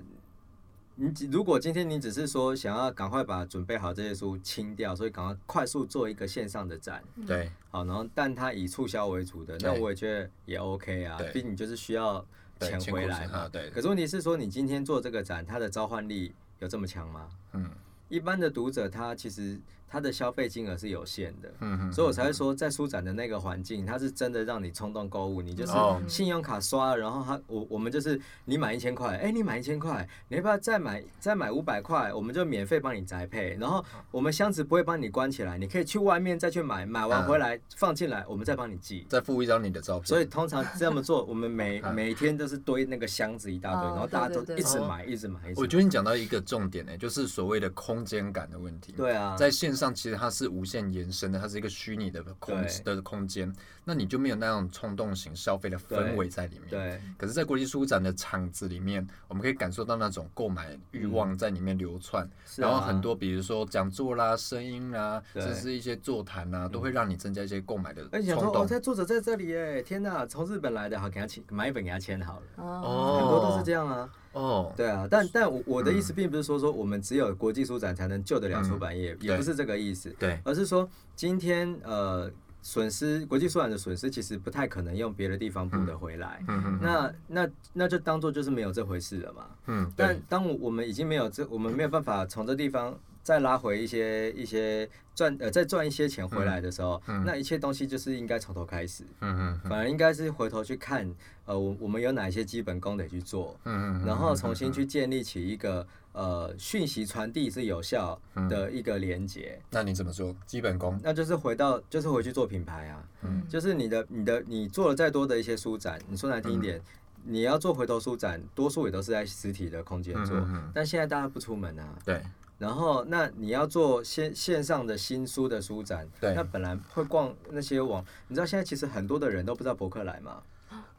[SPEAKER 3] 你只如果今天你只是说想要赶快把准备好这些书清掉，所以赶快快速做一个线上的展，
[SPEAKER 1] 对
[SPEAKER 3] 好，然后但它以促销为主的，那
[SPEAKER 1] 对
[SPEAKER 3] 我也觉得也 OK 啊
[SPEAKER 1] 对，
[SPEAKER 3] 毕竟你就是需要
[SPEAKER 1] 对
[SPEAKER 3] 钱
[SPEAKER 1] 钱
[SPEAKER 3] 回
[SPEAKER 1] 库
[SPEAKER 3] 来
[SPEAKER 1] 存
[SPEAKER 3] 嘛
[SPEAKER 1] 啊。对
[SPEAKER 3] 可是问题是说，你今天做这个展，它的召唤力有这么强吗？
[SPEAKER 1] 嗯，
[SPEAKER 3] 一般的读者他其实他的消费金额是有限的，
[SPEAKER 1] 嗯哼，
[SPEAKER 3] 所以我才会说，在书展的那个环境，它是真的让你冲动购物，你就是
[SPEAKER 1] 哦
[SPEAKER 3] 信用卡刷了，然后他我我们就是你买一千块，哎、你买一千块，你要不要再买再买五百块，我们就免费帮你宅配，然后我们箱子不会帮你关起来，你可以去外面再去买，买完
[SPEAKER 1] 嗯
[SPEAKER 3] 回来、放进来，我们再帮你寄。
[SPEAKER 1] 再附一张你的照片，
[SPEAKER 3] 所以通常这么做，我们每
[SPEAKER 1] 嗯
[SPEAKER 3] 每天都是堆那个箱子一大堆，
[SPEAKER 2] 哦
[SPEAKER 3] 然后大家都
[SPEAKER 2] 对对对
[SPEAKER 3] 一直买，一直买，一直买。
[SPEAKER 1] 我觉得你讲到一个重点呢、欸就是所谓的空间感的问题。
[SPEAKER 3] 对啊，
[SPEAKER 1] 在线上其实它是无限延伸的，它是一个虚拟的空
[SPEAKER 3] 对
[SPEAKER 1] 的空间，那你就没有那种冲动型消费的氛围在里面。
[SPEAKER 3] 对
[SPEAKER 1] 可是，在国际书展的场子里面，我们可以感受到那种购买欲望在里面流窜，
[SPEAKER 3] 嗯是啊
[SPEAKER 1] 然后很多比如说讲座啦、声音啦，
[SPEAKER 3] 对
[SPEAKER 1] 甚至一些座谈啦，都会让你增加一些购买的
[SPEAKER 3] 而且想
[SPEAKER 1] 冲
[SPEAKER 3] 说，
[SPEAKER 1] 动
[SPEAKER 3] 哦，。在作者在这里耶！天哪，从日本来的，好给他签，买一本给他签好了。
[SPEAKER 1] 哦嗯
[SPEAKER 2] 哦，
[SPEAKER 3] 很多都是这样啊，
[SPEAKER 1] 哦，
[SPEAKER 3] 对啊，但但我我的意思并不是说说我们只有国际书展才能救得了出版业，
[SPEAKER 1] 嗯
[SPEAKER 3] 也
[SPEAKER 1] 对
[SPEAKER 3] 不是这个意思，
[SPEAKER 1] 对，
[SPEAKER 3] 而是说今天呃损失国际书展的损失其实不太可能用别的地方补得回来，
[SPEAKER 1] 嗯嗯
[SPEAKER 3] 那那那就当做就是没有这回事了嘛。
[SPEAKER 1] 嗯，
[SPEAKER 3] 但
[SPEAKER 1] 对，
[SPEAKER 3] 当我们已经没有这，我们没有办法从这地方再拉回一些一些赚呃再赚一些钱回来的时候，那一切东西就是应该从头开始，
[SPEAKER 1] 嗯嗯嗯
[SPEAKER 3] 反而应该是回头去看呃我我们有哪些基本功得去做，
[SPEAKER 1] 嗯嗯，
[SPEAKER 3] 然后重新去建立起一个呃讯息传递是有效
[SPEAKER 1] 嗯
[SPEAKER 3] 的一个连接，
[SPEAKER 1] 那你怎么做？基本功，
[SPEAKER 3] 那就是回到就是回去做品牌啊，
[SPEAKER 2] 嗯
[SPEAKER 3] 就是你的你的你做了再多的一些书展，你说难听一点。
[SPEAKER 1] 嗯
[SPEAKER 3] 你要做回头书展，多数也都是在实体的空间做，
[SPEAKER 1] 嗯嗯嗯
[SPEAKER 3] 但现在大家不出门啊。
[SPEAKER 1] 对
[SPEAKER 3] 然后，那你要做线线上的新书的书展，
[SPEAKER 1] 对
[SPEAKER 3] 那本来会逛那些网，你知道现在其实很多的人都不知道博客来嘛。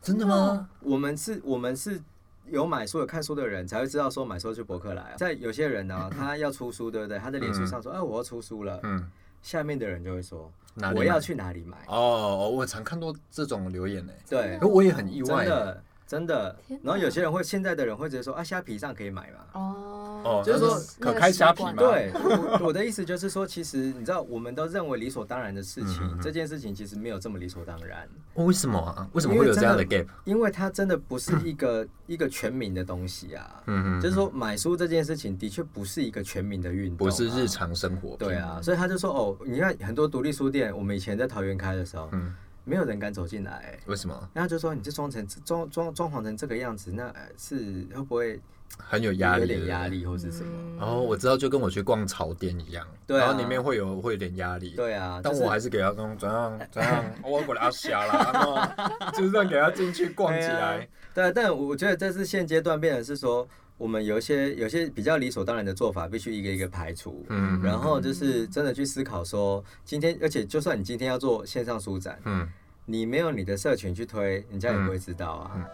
[SPEAKER 1] 真的吗？
[SPEAKER 3] 我们是，我们是有买书有看书的人才会知道说买书去博客来、啊。在有些人呢、他要出书，对不对？他在脸书上说，哎、我要出书了。
[SPEAKER 1] 嗯，
[SPEAKER 3] 下面的人就会说
[SPEAKER 1] 哪，里
[SPEAKER 3] 我要
[SPEAKER 1] 买
[SPEAKER 3] 去哪里买？
[SPEAKER 1] 哦，我常看到这种留言呢、欸
[SPEAKER 3] 对，
[SPEAKER 1] 可我也很意外
[SPEAKER 3] 真的真的
[SPEAKER 2] 天。哪
[SPEAKER 3] 然后有些人会，现在的人会直接说啊，虾皮上可以买嘛？
[SPEAKER 2] 哦，
[SPEAKER 1] 哦，
[SPEAKER 3] 就是
[SPEAKER 1] 那
[SPEAKER 3] 说
[SPEAKER 1] 可开虾皮
[SPEAKER 2] 那
[SPEAKER 1] 吗？
[SPEAKER 2] 个习惯
[SPEAKER 3] 对，我我的意思就是说，其实你知道，我们都认为理所当然的事情，
[SPEAKER 1] 嗯嗯嗯
[SPEAKER 3] 这件事情其实没有这么理所当然，
[SPEAKER 1] 哦，为什么啊？为什么会有这样的
[SPEAKER 3] 因为
[SPEAKER 1] gap？
[SPEAKER 3] 因为它真的不是一个一个全民的东西啊。
[SPEAKER 1] 嗯嗯，
[SPEAKER 3] 就是说，买书这件事情的确不是一个全民的运动、
[SPEAKER 1] 不
[SPEAKER 3] 啊
[SPEAKER 1] 是日。常生活。
[SPEAKER 3] 对啊，，所以他就说哦，你看很多独立书店，我们以前在桃园开的时候，
[SPEAKER 1] 嗯，
[SPEAKER 3] 没有人敢走进来、欸
[SPEAKER 1] 为什么
[SPEAKER 3] 然后就说你这装成装装装潢成这个样子，那呃是会不会
[SPEAKER 1] 很有压力？
[SPEAKER 3] 有
[SPEAKER 1] 对不
[SPEAKER 3] 点
[SPEAKER 1] 对
[SPEAKER 3] 压。力或是什么？
[SPEAKER 2] 嗯
[SPEAKER 1] 哦，我知道，就跟我去逛潮店一样，
[SPEAKER 3] 对啊
[SPEAKER 1] 然后里面会有会有点压力。
[SPEAKER 3] 对啊，
[SPEAKER 1] 但
[SPEAKER 3] 就是
[SPEAKER 1] 我还是给他弄 怎样怎样，我过来要瞎啦，然后就是让给他进去逛起来。
[SPEAKER 3] 对啊，但我觉得这是现阶段变成是说，我们有一些有些比较理所当然的做法，必须一个一个排除。
[SPEAKER 1] 嗯
[SPEAKER 3] 然后就是真的去思考说，今天而且就算你今天要做线上书展，
[SPEAKER 1] 嗯，
[SPEAKER 3] 你没有你的社群去推，人家也不会知道
[SPEAKER 1] 嗯
[SPEAKER 3] 啊。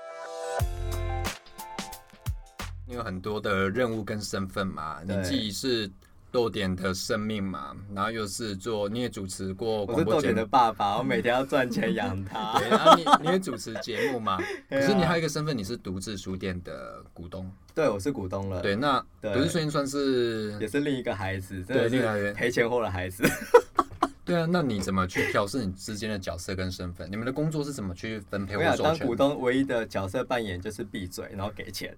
[SPEAKER 1] 你有很多的任务跟身份嘛，你
[SPEAKER 3] 对
[SPEAKER 1] 既是豆点的生命嘛，然后又是做你也主持过
[SPEAKER 3] 我
[SPEAKER 1] 广
[SPEAKER 3] 是
[SPEAKER 1] 播
[SPEAKER 3] 豆
[SPEAKER 1] 节
[SPEAKER 3] 姐的
[SPEAKER 1] 目，
[SPEAKER 3] 爸爸，我每天要赚钱养他。
[SPEAKER 1] 对，然后你你也主持节目嘛，可
[SPEAKER 3] 对啊
[SPEAKER 1] 是你还有一个身份，你是独自书店的股东，
[SPEAKER 3] 对，我是股东了。
[SPEAKER 1] 对，。那
[SPEAKER 3] 对
[SPEAKER 1] 独自书店算
[SPEAKER 3] 也
[SPEAKER 1] 是
[SPEAKER 3] 是另一个孩子，真
[SPEAKER 1] 对
[SPEAKER 3] 的
[SPEAKER 1] 另一个孩子
[SPEAKER 3] 是赔钱货的孩子。
[SPEAKER 1] 对啊，那你怎么去调试你之间的角色跟身份？你们的工作是怎么去分配
[SPEAKER 3] 我
[SPEAKER 1] 或
[SPEAKER 3] 想
[SPEAKER 1] 授
[SPEAKER 3] 啊当
[SPEAKER 1] 权
[SPEAKER 3] 股？东唯一的角色扮演就是闭嘴，然后给钱。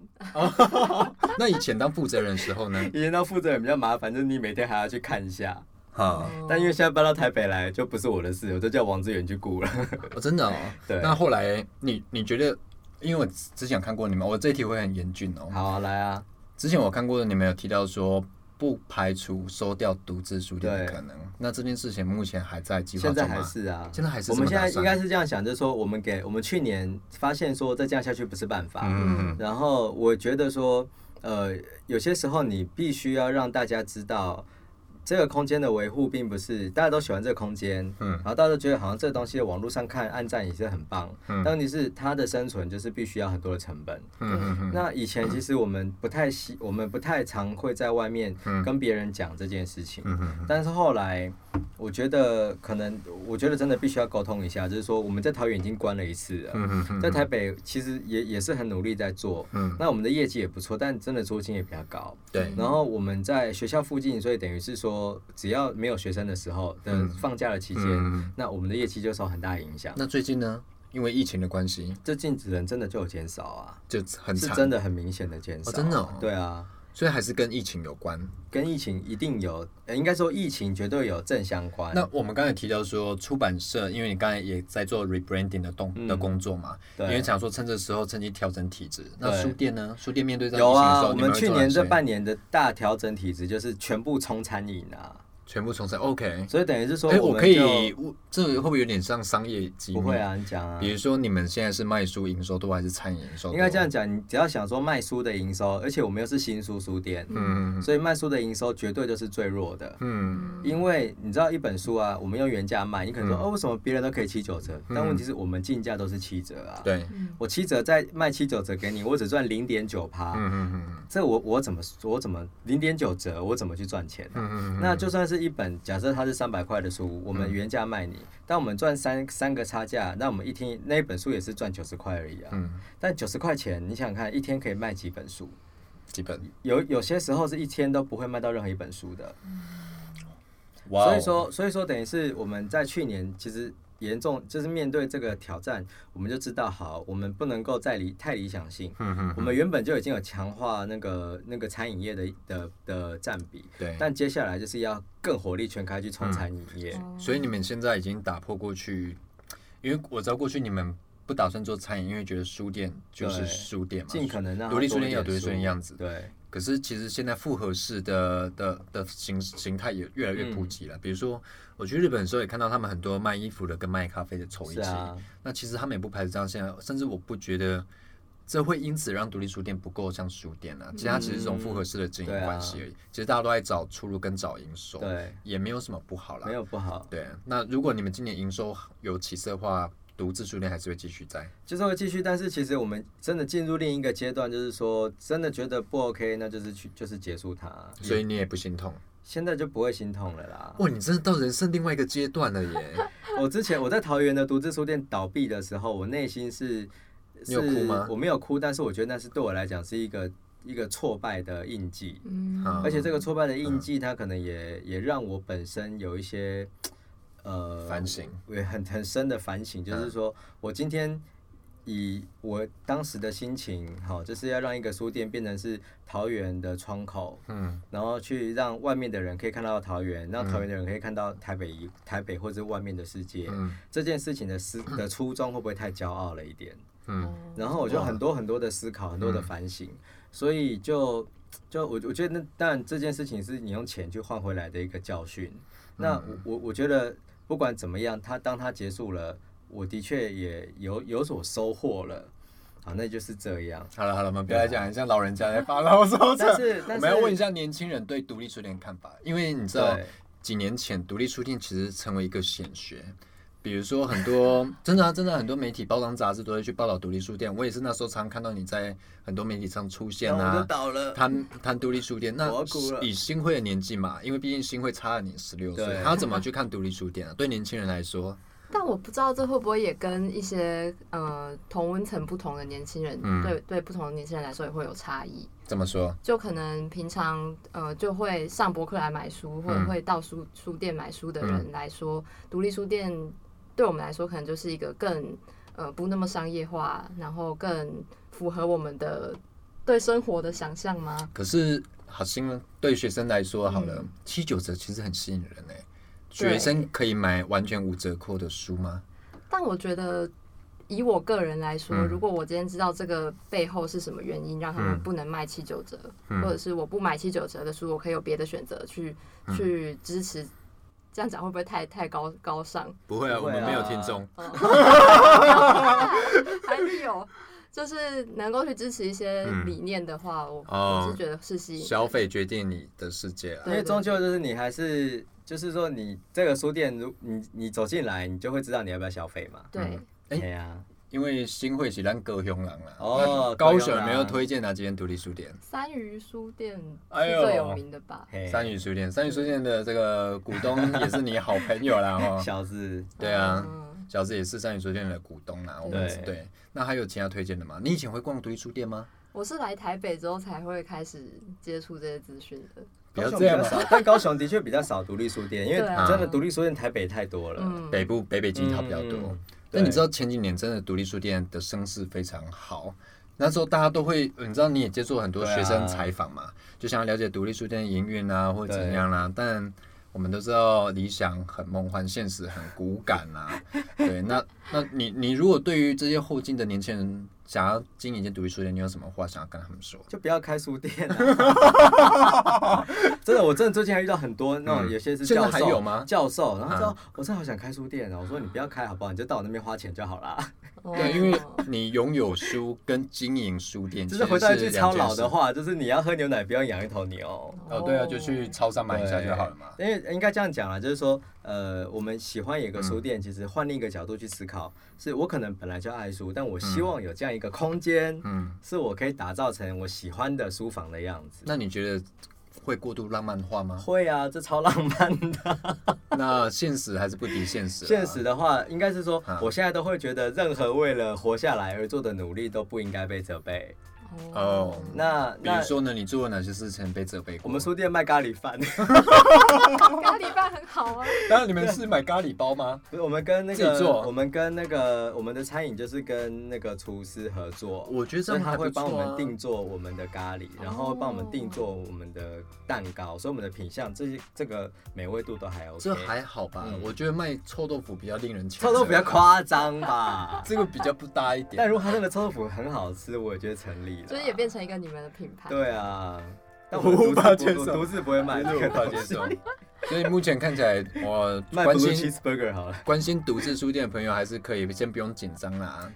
[SPEAKER 1] 那以前当负责人的时候呢？
[SPEAKER 3] 以前当负责人比较麻烦，就是你每天还要去看一下。
[SPEAKER 2] 哦
[SPEAKER 1] 哈，
[SPEAKER 3] 啊但因为现在搬到台北来，就不是我的事，我就叫王志远去雇了。
[SPEAKER 1] 哦，真的哦。
[SPEAKER 3] 对
[SPEAKER 1] 那后来你你觉得，因为我之前有看过你们，我这一题会很严峻哦。
[SPEAKER 3] 好、啊，来啊，
[SPEAKER 1] 之前我看过的，你们有提到说不排除收掉独自书店的
[SPEAKER 3] 对
[SPEAKER 1] 可能。那这件事情目前还在计划
[SPEAKER 3] 现
[SPEAKER 1] 中吗？
[SPEAKER 3] 在还是啊，
[SPEAKER 1] 现在还是
[SPEAKER 3] 我们
[SPEAKER 1] 这
[SPEAKER 3] 现
[SPEAKER 1] 么打
[SPEAKER 3] 在
[SPEAKER 1] 算
[SPEAKER 3] 应该是这样想，就是说我们给我们去年发现说再这样下去不是办法，
[SPEAKER 1] 嗯
[SPEAKER 3] 然后我觉得说，呃，有些时候你必须要让大家知道。这个空间的维护并不是大家都喜欢这个空间，
[SPEAKER 1] 嗯
[SPEAKER 3] 嗯，然后大家都觉得好像这个东西网络上看按赞也是很棒，
[SPEAKER 1] 嗯
[SPEAKER 3] 但问题是它的生存就是必须要很多的成本，
[SPEAKER 1] 嗯嗯嗯
[SPEAKER 3] 那以前其实我们不太喜，我们不太常会在外面跟别人讲这件事情，
[SPEAKER 1] 嗯嗯嗯
[SPEAKER 3] 但是后来我觉得可能，我觉得真的必须要沟通一下，就是说我们在桃园已经关了一次了，
[SPEAKER 1] 嗯
[SPEAKER 3] 在台北其实也也是很努力在做，
[SPEAKER 1] 嗯
[SPEAKER 3] 那我们的业绩也不错，但真的租金也比较高。
[SPEAKER 1] 对
[SPEAKER 3] 然后我们在学校附近，所以等于是说，只要没有学生的时候的放假的期间，
[SPEAKER 1] 嗯
[SPEAKER 3] 那我们的业绩就受很大影响。
[SPEAKER 1] 那最近呢？因为疫情的关系，
[SPEAKER 3] 这禁止人真的就有减少啊，
[SPEAKER 1] 就很
[SPEAKER 3] 是
[SPEAKER 1] 惨，
[SPEAKER 3] 真的很明显的减少、
[SPEAKER 1] 哦真的哦
[SPEAKER 3] 对啊，
[SPEAKER 1] 所以还是跟疫情有关。
[SPEAKER 3] 跟疫情一定有，呃应该说疫情绝对有正相关。
[SPEAKER 1] 那我们刚才提到说，出版社，因为你刚才也在做 rebranding 的动、
[SPEAKER 3] 嗯
[SPEAKER 1] 的工作嘛，因
[SPEAKER 3] 对
[SPEAKER 1] 为想说趁这时候趁机调整体质。那
[SPEAKER 3] 对
[SPEAKER 1] 书店呢？书店面对这样疫
[SPEAKER 3] 有
[SPEAKER 1] 情的时
[SPEAKER 3] 啊，
[SPEAKER 1] 候，
[SPEAKER 3] 我
[SPEAKER 1] 你们
[SPEAKER 3] 们
[SPEAKER 1] 会
[SPEAKER 3] 去
[SPEAKER 1] 做哪
[SPEAKER 3] 年这
[SPEAKER 1] 些
[SPEAKER 3] 半年的大调整体质就是全部冲餐饮啊，
[SPEAKER 1] 全部重整，OK。
[SPEAKER 3] 所以等于是说
[SPEAKER 1] 哎，
[SPEAKER 3] 我
[SPEAKER 1] 我
[SPEAKER 3] 们
[SPEAKER 1] 可
[SPEAKER 3] 就
[SPEAKER 1] 以，我这会不会有点像商业机密？
[SPEAKER 3] 不会。啊，你讲啊
[SPEAKER 1] 比，如说你们现在是卖书营收多还是餐饮营收多？
[SPEAKER 3] 应该这样讲，你只要想说卖书的营收，而且我们又是新书书店，
[SPEAKER 1] 嗯。嗯
[SPEAKER 3] 所以卖书的营收绝对就是最弱的。
[SPEAKER 1] 嗯
[SPEAKER 3] 因为你知道一本书啊，我们用原价卖，你可能说、
[SPEAKER 1] 嗯
[SPEAKER 3] 哦，为什么别人都可以七九折？但问题是我们进价都是七折啊。
[SPEAKER 1] 嗯，，对，
[SPEAKER 3] 我七折再卖七九折给你，我只赚零点九趴。
[SPEAKER 1] 嗯嗯嗯
[SPEAKER 3] 这我我怎么我怎么零点九折，我怎么去赚钱啊、
[SPEAKER 1] 嗯嗯嗯，
[SPEAKER 3] 那就算是一本，假设它是三百块的书，我们原价卖你，但我们赚三三个差价，那我们一天那一本书也是赚九十块而已啊。
[SPEAKER 1] 嗯
[SPEAKER 3] 但九十块钱，你想想看，一天可以卖几本书？
[SPEAKER 1] 基本，
[SPEAKER 3] 有有些时候是一天都不会卖到任何一本书的。
[SPEAKER 1] 哇哦
[SPEAKER 3] 所以，说，所以说，等于是我们在去年其实严重就是面对这个挑战，我们就知道，好，我们不能够再理太理想性。
[SPEAKER 1] 嗯嗯，
[SPEAKER 3] 我们原本就已经有强化那个那个餐饮业的的的占比，
[SPEAKER 1] 对，
[SPEAKER 3] 但接下来就是要更火力全开去冲餐饮业。
[SPEAKER 2] 嗯哦
[SPEAKER 1] 所以你们现在已经打破过去，因为我知道过去你们不打算做餐饮，因为觉得书店就是
[SPEAKER 3] 对
[SPEAKER 1] 书店嘛，
[SPEAKER 3] 尽可能让它
[SPEAKER 1] 独立书
[SPEAKER 3] 多一
[SPEAKER 1] 店有
[SPEAKER 3] 点
[SPEAKER 1] 独立书店
[SPEAKER 3] 书
[SPEAKER 1] 样子。
[SPEAKER 3] 对，
[SPEAKER 1] 可是其实现在复合式的的的形形态也越来越普
[SPEAKER 3] 嗯
[SPEAKER 1] 及了。比如说我去日本的时候，也看到他们很多卖衣服的跟卖咖啡的凑一
[SPEAKER 3] 是
[SPEAKER 1] 起。
[SPEAKER 3] 啊，
[SPEAKER 1] 那其实他们也不排斥这样现在，甚至我不觉得这会因此让独立书店不够像书店啊。其实它只是一种复合式的经营
[SPEAKER 3] 嗯对啊
[SPEAKER 1] 关系而已。其实大家都在找出路跟找营收，
[SPEAKER 3] 对，
[SPEAKER 1] 也没有什么不好啦
[SPEAKER 3] 没。有不好，
[SPEAKER 1] 对，啊那如果你们今年营收有起色的话，独自书店还是会继续在。
[SPEAKER 3] 就是会继续。但是其实我们真的进入另一个阶段，就是说真的觉得不 OK，那就是去就是结束它。
[SPEAKER 1] 所以你也不心痛，
[SPEAKER 3] 现在就不会心痛了啦。
[SPEAKER 1] 哇！你真的到人生另外一个阶段了耶。
[SPEAKER 3] 我之前我在桃园的独自书店倒闭的时候，我内心是，
[SPEAKER 1] 你有哭
[SPEAKER 3] 是
[SPEAKER 1] 吗
[SPEAKER 3] 我没有哭，但是我觉得那是对我来讲是一个一个挫败的印记，
[SPEAKER 2] 嗯
[SPEAKER 1] 啊
[SPEAKER 3] 而且这个挫败的印记，它可能也也让我本身有一些 呃
[SPEAKER 1] 反省，嗯
[SPEAKER 3] 也很很深的反省，就是说我今天。以我当时的心情，好，就是要让一个书店变成是桃园的窗口，
[SPEAKER 1] 嗯
[SPEAKER 3] 然后去让外面的人可以看到桃园，让桃园的人可以看到台北以、台北或者外面的世界。
[SPEAKER 1] 嗯
[SPEAKER 3] 这件事情的思的初衷会不会太骄傲了一点？
[SPEAKER 1] 嗯，
[SPEAKER 3] 然后我就很多很多的思考，很多的反省，所以就就我我觉得那当然这件事情是你用钱去换回来的一个教训。那
[SPEAKER 1] 嗯
[SPEAKER 3] 我我我觉得不管怎么样，它当它结束了，我的确也有有所收获了。好，那就是这样。
[SPEAKER 1] 好了好了，我们不要再讲，很像老人家在发牢骚着。
[SPEAKER 3] 但是
[SPEAKER 1] 我
[SPEAKER 3] 但
[SPEAKER 1] 们要
[SPEAKER 3] 是
[SPEAKER 1] 问一下年轻人对独立书店的看法，因为你知道
[SPEAKER 3] 对
[SPEAKER 1] 几年前独立书店其实成为一个显学。比如说很多 真的啊，真的啊很多媒体、包装、杂志都会去报道独立书店。我也是那时候常看到你在很多媒体上出现
[SPEAKER 3] 然后我
[SPEAKER 1] 啊
[SPEAKER 3] 就，倒了。
[SPEAKER 1] 谈谈独立书店，那
[SPEAKER 3] 我要哭了
[SPEAKER 1] 以新会的年纪嘛，因为毕竟新会差了你十六岁，
[SPEAKER 3] 对
[SPEAKER 1] 他怎么去看独立书店啊？对年轻人来说，
[SPEAKER 2] 但我不知道这会不会也跟一些呃同温层不同的年轻人，
[SPEAKER 1] 嗯
[SPEAKER 2] 对对不同的年轻人来说也会有差异。
[SPEAKER 1] 怎么说？
[SPEAKER 2] 就可能平常呃就会上博客来买书，或者
[SPEAKER 1] 嗯
[SPEAKER 2] 会到书书店买书的人来说，独、立书店对我们来说可能就是一个更呃不那么商业化，然后更符合我们的对生活的想象吗？
[SPEAKER 1] 可是好新对学生来说，好了
[SPEAKER 2] 嗯，
[SPEAKER 1] 七九折其实很吸引人诶、
[SPEAKER 2] 对
[SPEAKER 1] 学生可以买完全五折扣的书吗？
[SPEAKER 2] 但我觉得。以我个人来说，
[SPEAKER 1] 嗯
[SPEAKER 2] 如果我今天知道这个背后是什么原因让他们
[SPEAKER 1] 嗯
[SPEAKER 2] 不能卖七九折，
[SPEAKER 1] 嗯
[SPEAKER 2] 或者是我不买七九折的书，我可以有别的选择去、
[SPEAKER 1] 嗯
[SPEAKER 2] 去支持，这样讲会不会太太高高尚？
[SPEAKER 1] 不会
[SPEAKER 3] 啊不会啊我们没有听众。
[SPEAKER 2] 还是有，就是能够去支持一些理念的话，我、
[SPEAKER 1] 嗯哦
[SPEAKER 2] 我是觉得是吸引。
[SPEAKER 1] 消费决定你的世界啊
[SPEAKER 2] 对
[SPEAKER 3] 因。为终究就是你还是，就是说你这个书店，如你你走进来，你就会知道你要不要消费嘛。
[SPEAKER 2] 对，
[SPEAKER 1] 哎
[SPEAKER 3] 对呀、啊
[SPEAKER 1] 因为新会是咱高雄人啦，
[SPEAKER 3] 哦
[SPEAKER 1] 那高
[SPEAKER 3] 高
[SPEAKER 1] 雄
[SPEAKER 3] 雄
[SPEAKER 1] 有没有
[SPEAKER 3] 人
[SPEAKER 1] 推荐哪几间独立书
[SPEAKER 3] 啊
[SPEAKER 1] 店？
[SPEAKER 2] 三余书店
[SPEAKER 1] 哎
[SPEAKER 2] 是
[SPEAKER 1] 呦
[SPEAKER 2] 最有名的吧？
[SPEAKER 3] 嘿
[SPEAKER 1] 三宇书店，三宇书店的这个股东也是你好朋友 啦，哦，
[SPEAKER 3] 小子，
[SPEAKER 1] 对啊，
[SPEAKER 2] 嗯
[SPEAKER 1] 小子也是三宇书店的股东啊啦，我们
[SPEAKER 3] 对
[SPEAKER 1] 对。那还有其他推荐的吗？你以前会逛独立书店吗？
[SPEAKER 2] 我是来台北之后才会开始接触这些资讯的。
[SPEAKER 1] 不要
[SPEAKER 3] 高雄
[SPEAKER 1] 这样啊
[SPEAKER 3] 比较
[SPEAKER 1] 嘛，
[SPEAKER 3] 少，但高雄的确比较少独立书店，因为
[SPEAKER 2] 对啊
[SPEAKER 3] 真的独立书店台北太多了。
[SPEAKER 2] 嗯，
[SPEAKER 1] 北部北北基它比较多
[SPEAKER 3] 嗯。
[SPEAKER 1] 但你
[SPEAKER 3] 对
[SPEAKER 1] 知道前几年真的独立书店的声势非常好，那时候大家都会，你知道你也接触很多
[SPEAKER 3] 对啊
[SPEAKER 1] 学生采访嘛，就想要了解独立书店的营运啊，或者怎样啦、但我们都知道理想很梦幻，现实很骨感啊。对，那那你你如果对于这些后进的年轻人想要经营一间独立书店，你有什么话想要跟他们说？
[SPEAKER 3] 就不要开书店了、 真的，我真的最近还遇到很多那种，
[SPEAKER 1] 嗯
[SPEAKER 3] 有些是
[SPEAKER 1] 现在
[SPEAKER 3] 教授，
[SPEAKER 1] 还有吗
[SPEAKER 3] 教授，然后他说、
[SPEAKER 1] 啊
[SPEAKER 3] 我真的好想开书店哦，我说你不要开好不好？你就到我那边花钱就好
[SPEAKER 1] 嗯
[SPEAKER 3] 啦。
[SPEAKER 2] 哦
[SPEAKER 1] 对，因为你拥有书跟经营书店，
[SPEAKER 3] 就是
[SPEAKER 1] 其实
[SPEAKER 3] 回到一句
[SPEAKER 1] 两
[SPEAKER 3] 超
[SPEAKER 1] 件
[SPEAKER 3] 老
[SPEAKER 1] 事
[SPEAKER 3] 的。话，就是你要喝牛奶，不要养一头牛。
[SPEAKER 1] 哦，对啊，就去超商买一下就好了嘛。
[SPEAKER 3] 因为应该这样讲啦，就是说，呃，我们喜欢有一个
[SPEAKER 1] 嗯
[SPEAKER 3] 书店，其实换另一个角度去思考，是我可能本来就爱书，但我希望有这样一个空间，
[SPEAKER 1] 嗯，
[SPEAKER 3] 是我可以打造成我喜欢的书房的样子。
[SPEAKER 1] 那你觉得会过度浪漫化吗？
[SPEAKER 3] 会啊，这超浪漫的。
[SPEAKER 1] 那现实还是不敌现实、啊？
[SPEAKER 3] 现实的话，应该是说
[SPEAKER 1] 啊，
[SPEAKER 3] 我现在都会觉得，任何为了活下来而做的努力都不应该被责备。
[SPEAKER 1] 哦
[SPEAKER 2] 哦，
[SPEAKER 3] 那
[SPEAKER 1] 比如
[SPEAKER 3] 那
[SPEAKER 1] 说呢，你做了哪些事情被责备过？
[SPEAKER 3] 我们书店卖咖喱饭，
[SPEAKER 1] 哦
[SPEAKER 2] 咖喱饭很好啊。
[SPEAKER 1] 当然你们是买咖喱包吗？
[SPEAKER 3] 不是我们跟那
[SPEAKER 1] 自己
[SPEAKER 3] 个
[SPEAKER 1] 做
[SPEAKER 3] 我们跟那个我们的餐饮就是跟那个厨师合作，
[SPEAKER 1] 我觉得这
[SPEAKER 3] 所以
[SPEAKER 1] 样
[SPEAKER 3] 他
[SPEAKER 1] 还不
[SPEAKER 3] 会
[SPEAKER 1] 错
[SPEAKER 3] 帮我
[SPEAKER 1] 啊哦
[SPEAKER 3] 们定做我们的咖喱，然后帮我们定做我们的蛋糕，所以我们的品相这些这个美味度都还 OK。
[SPEAKER 1] 这还好吧？
[SPEAKER 3] 嗯
[SPEAKER 1] 我觉得卖臭豆腐比较令人谴责？
[SPEAKER 3] 臭豆腐比较，夸张吧
[SPEAKER 1] 这个比较不搭一点。
[SPEAKER 3] 但如果他那个臭豆腐很好吃，我也觉得成立了。
[SPEAKER 2] 就是也变成一个你们的品牌。
[SPEAKER 3] 对啊，但
[SPEAKER 1] 我
[SPEAKER 3] 我
[SPEAKER 1] 无法
[SPEAKER 3] 独自
[SPEAKER 1] 接
[SPEAKER 3] 不
[SPEAKER 1] 受
[SPEAKER 3] 我独自不会买这
[SPEAKER 1] 这
[SPEAKER 3] 个
[SPEAKER 1] 个 我无法
[SPEAKER 3] 东
[SPEAKER 1] 接
[SPEAKER 3] 西，
[SPEAKER 1] 受。所以目前看起来，我
[SPEAKER 3] 卖
[SPEAKER 1] 关
[SPEAKER 3] blue
[SPEAKER 1] 心
[SPEAKER 3] cheeseburger 好了。
[SPEAKER 1] 关心独自书店的朋友还是可以，先不用紧张啦。啊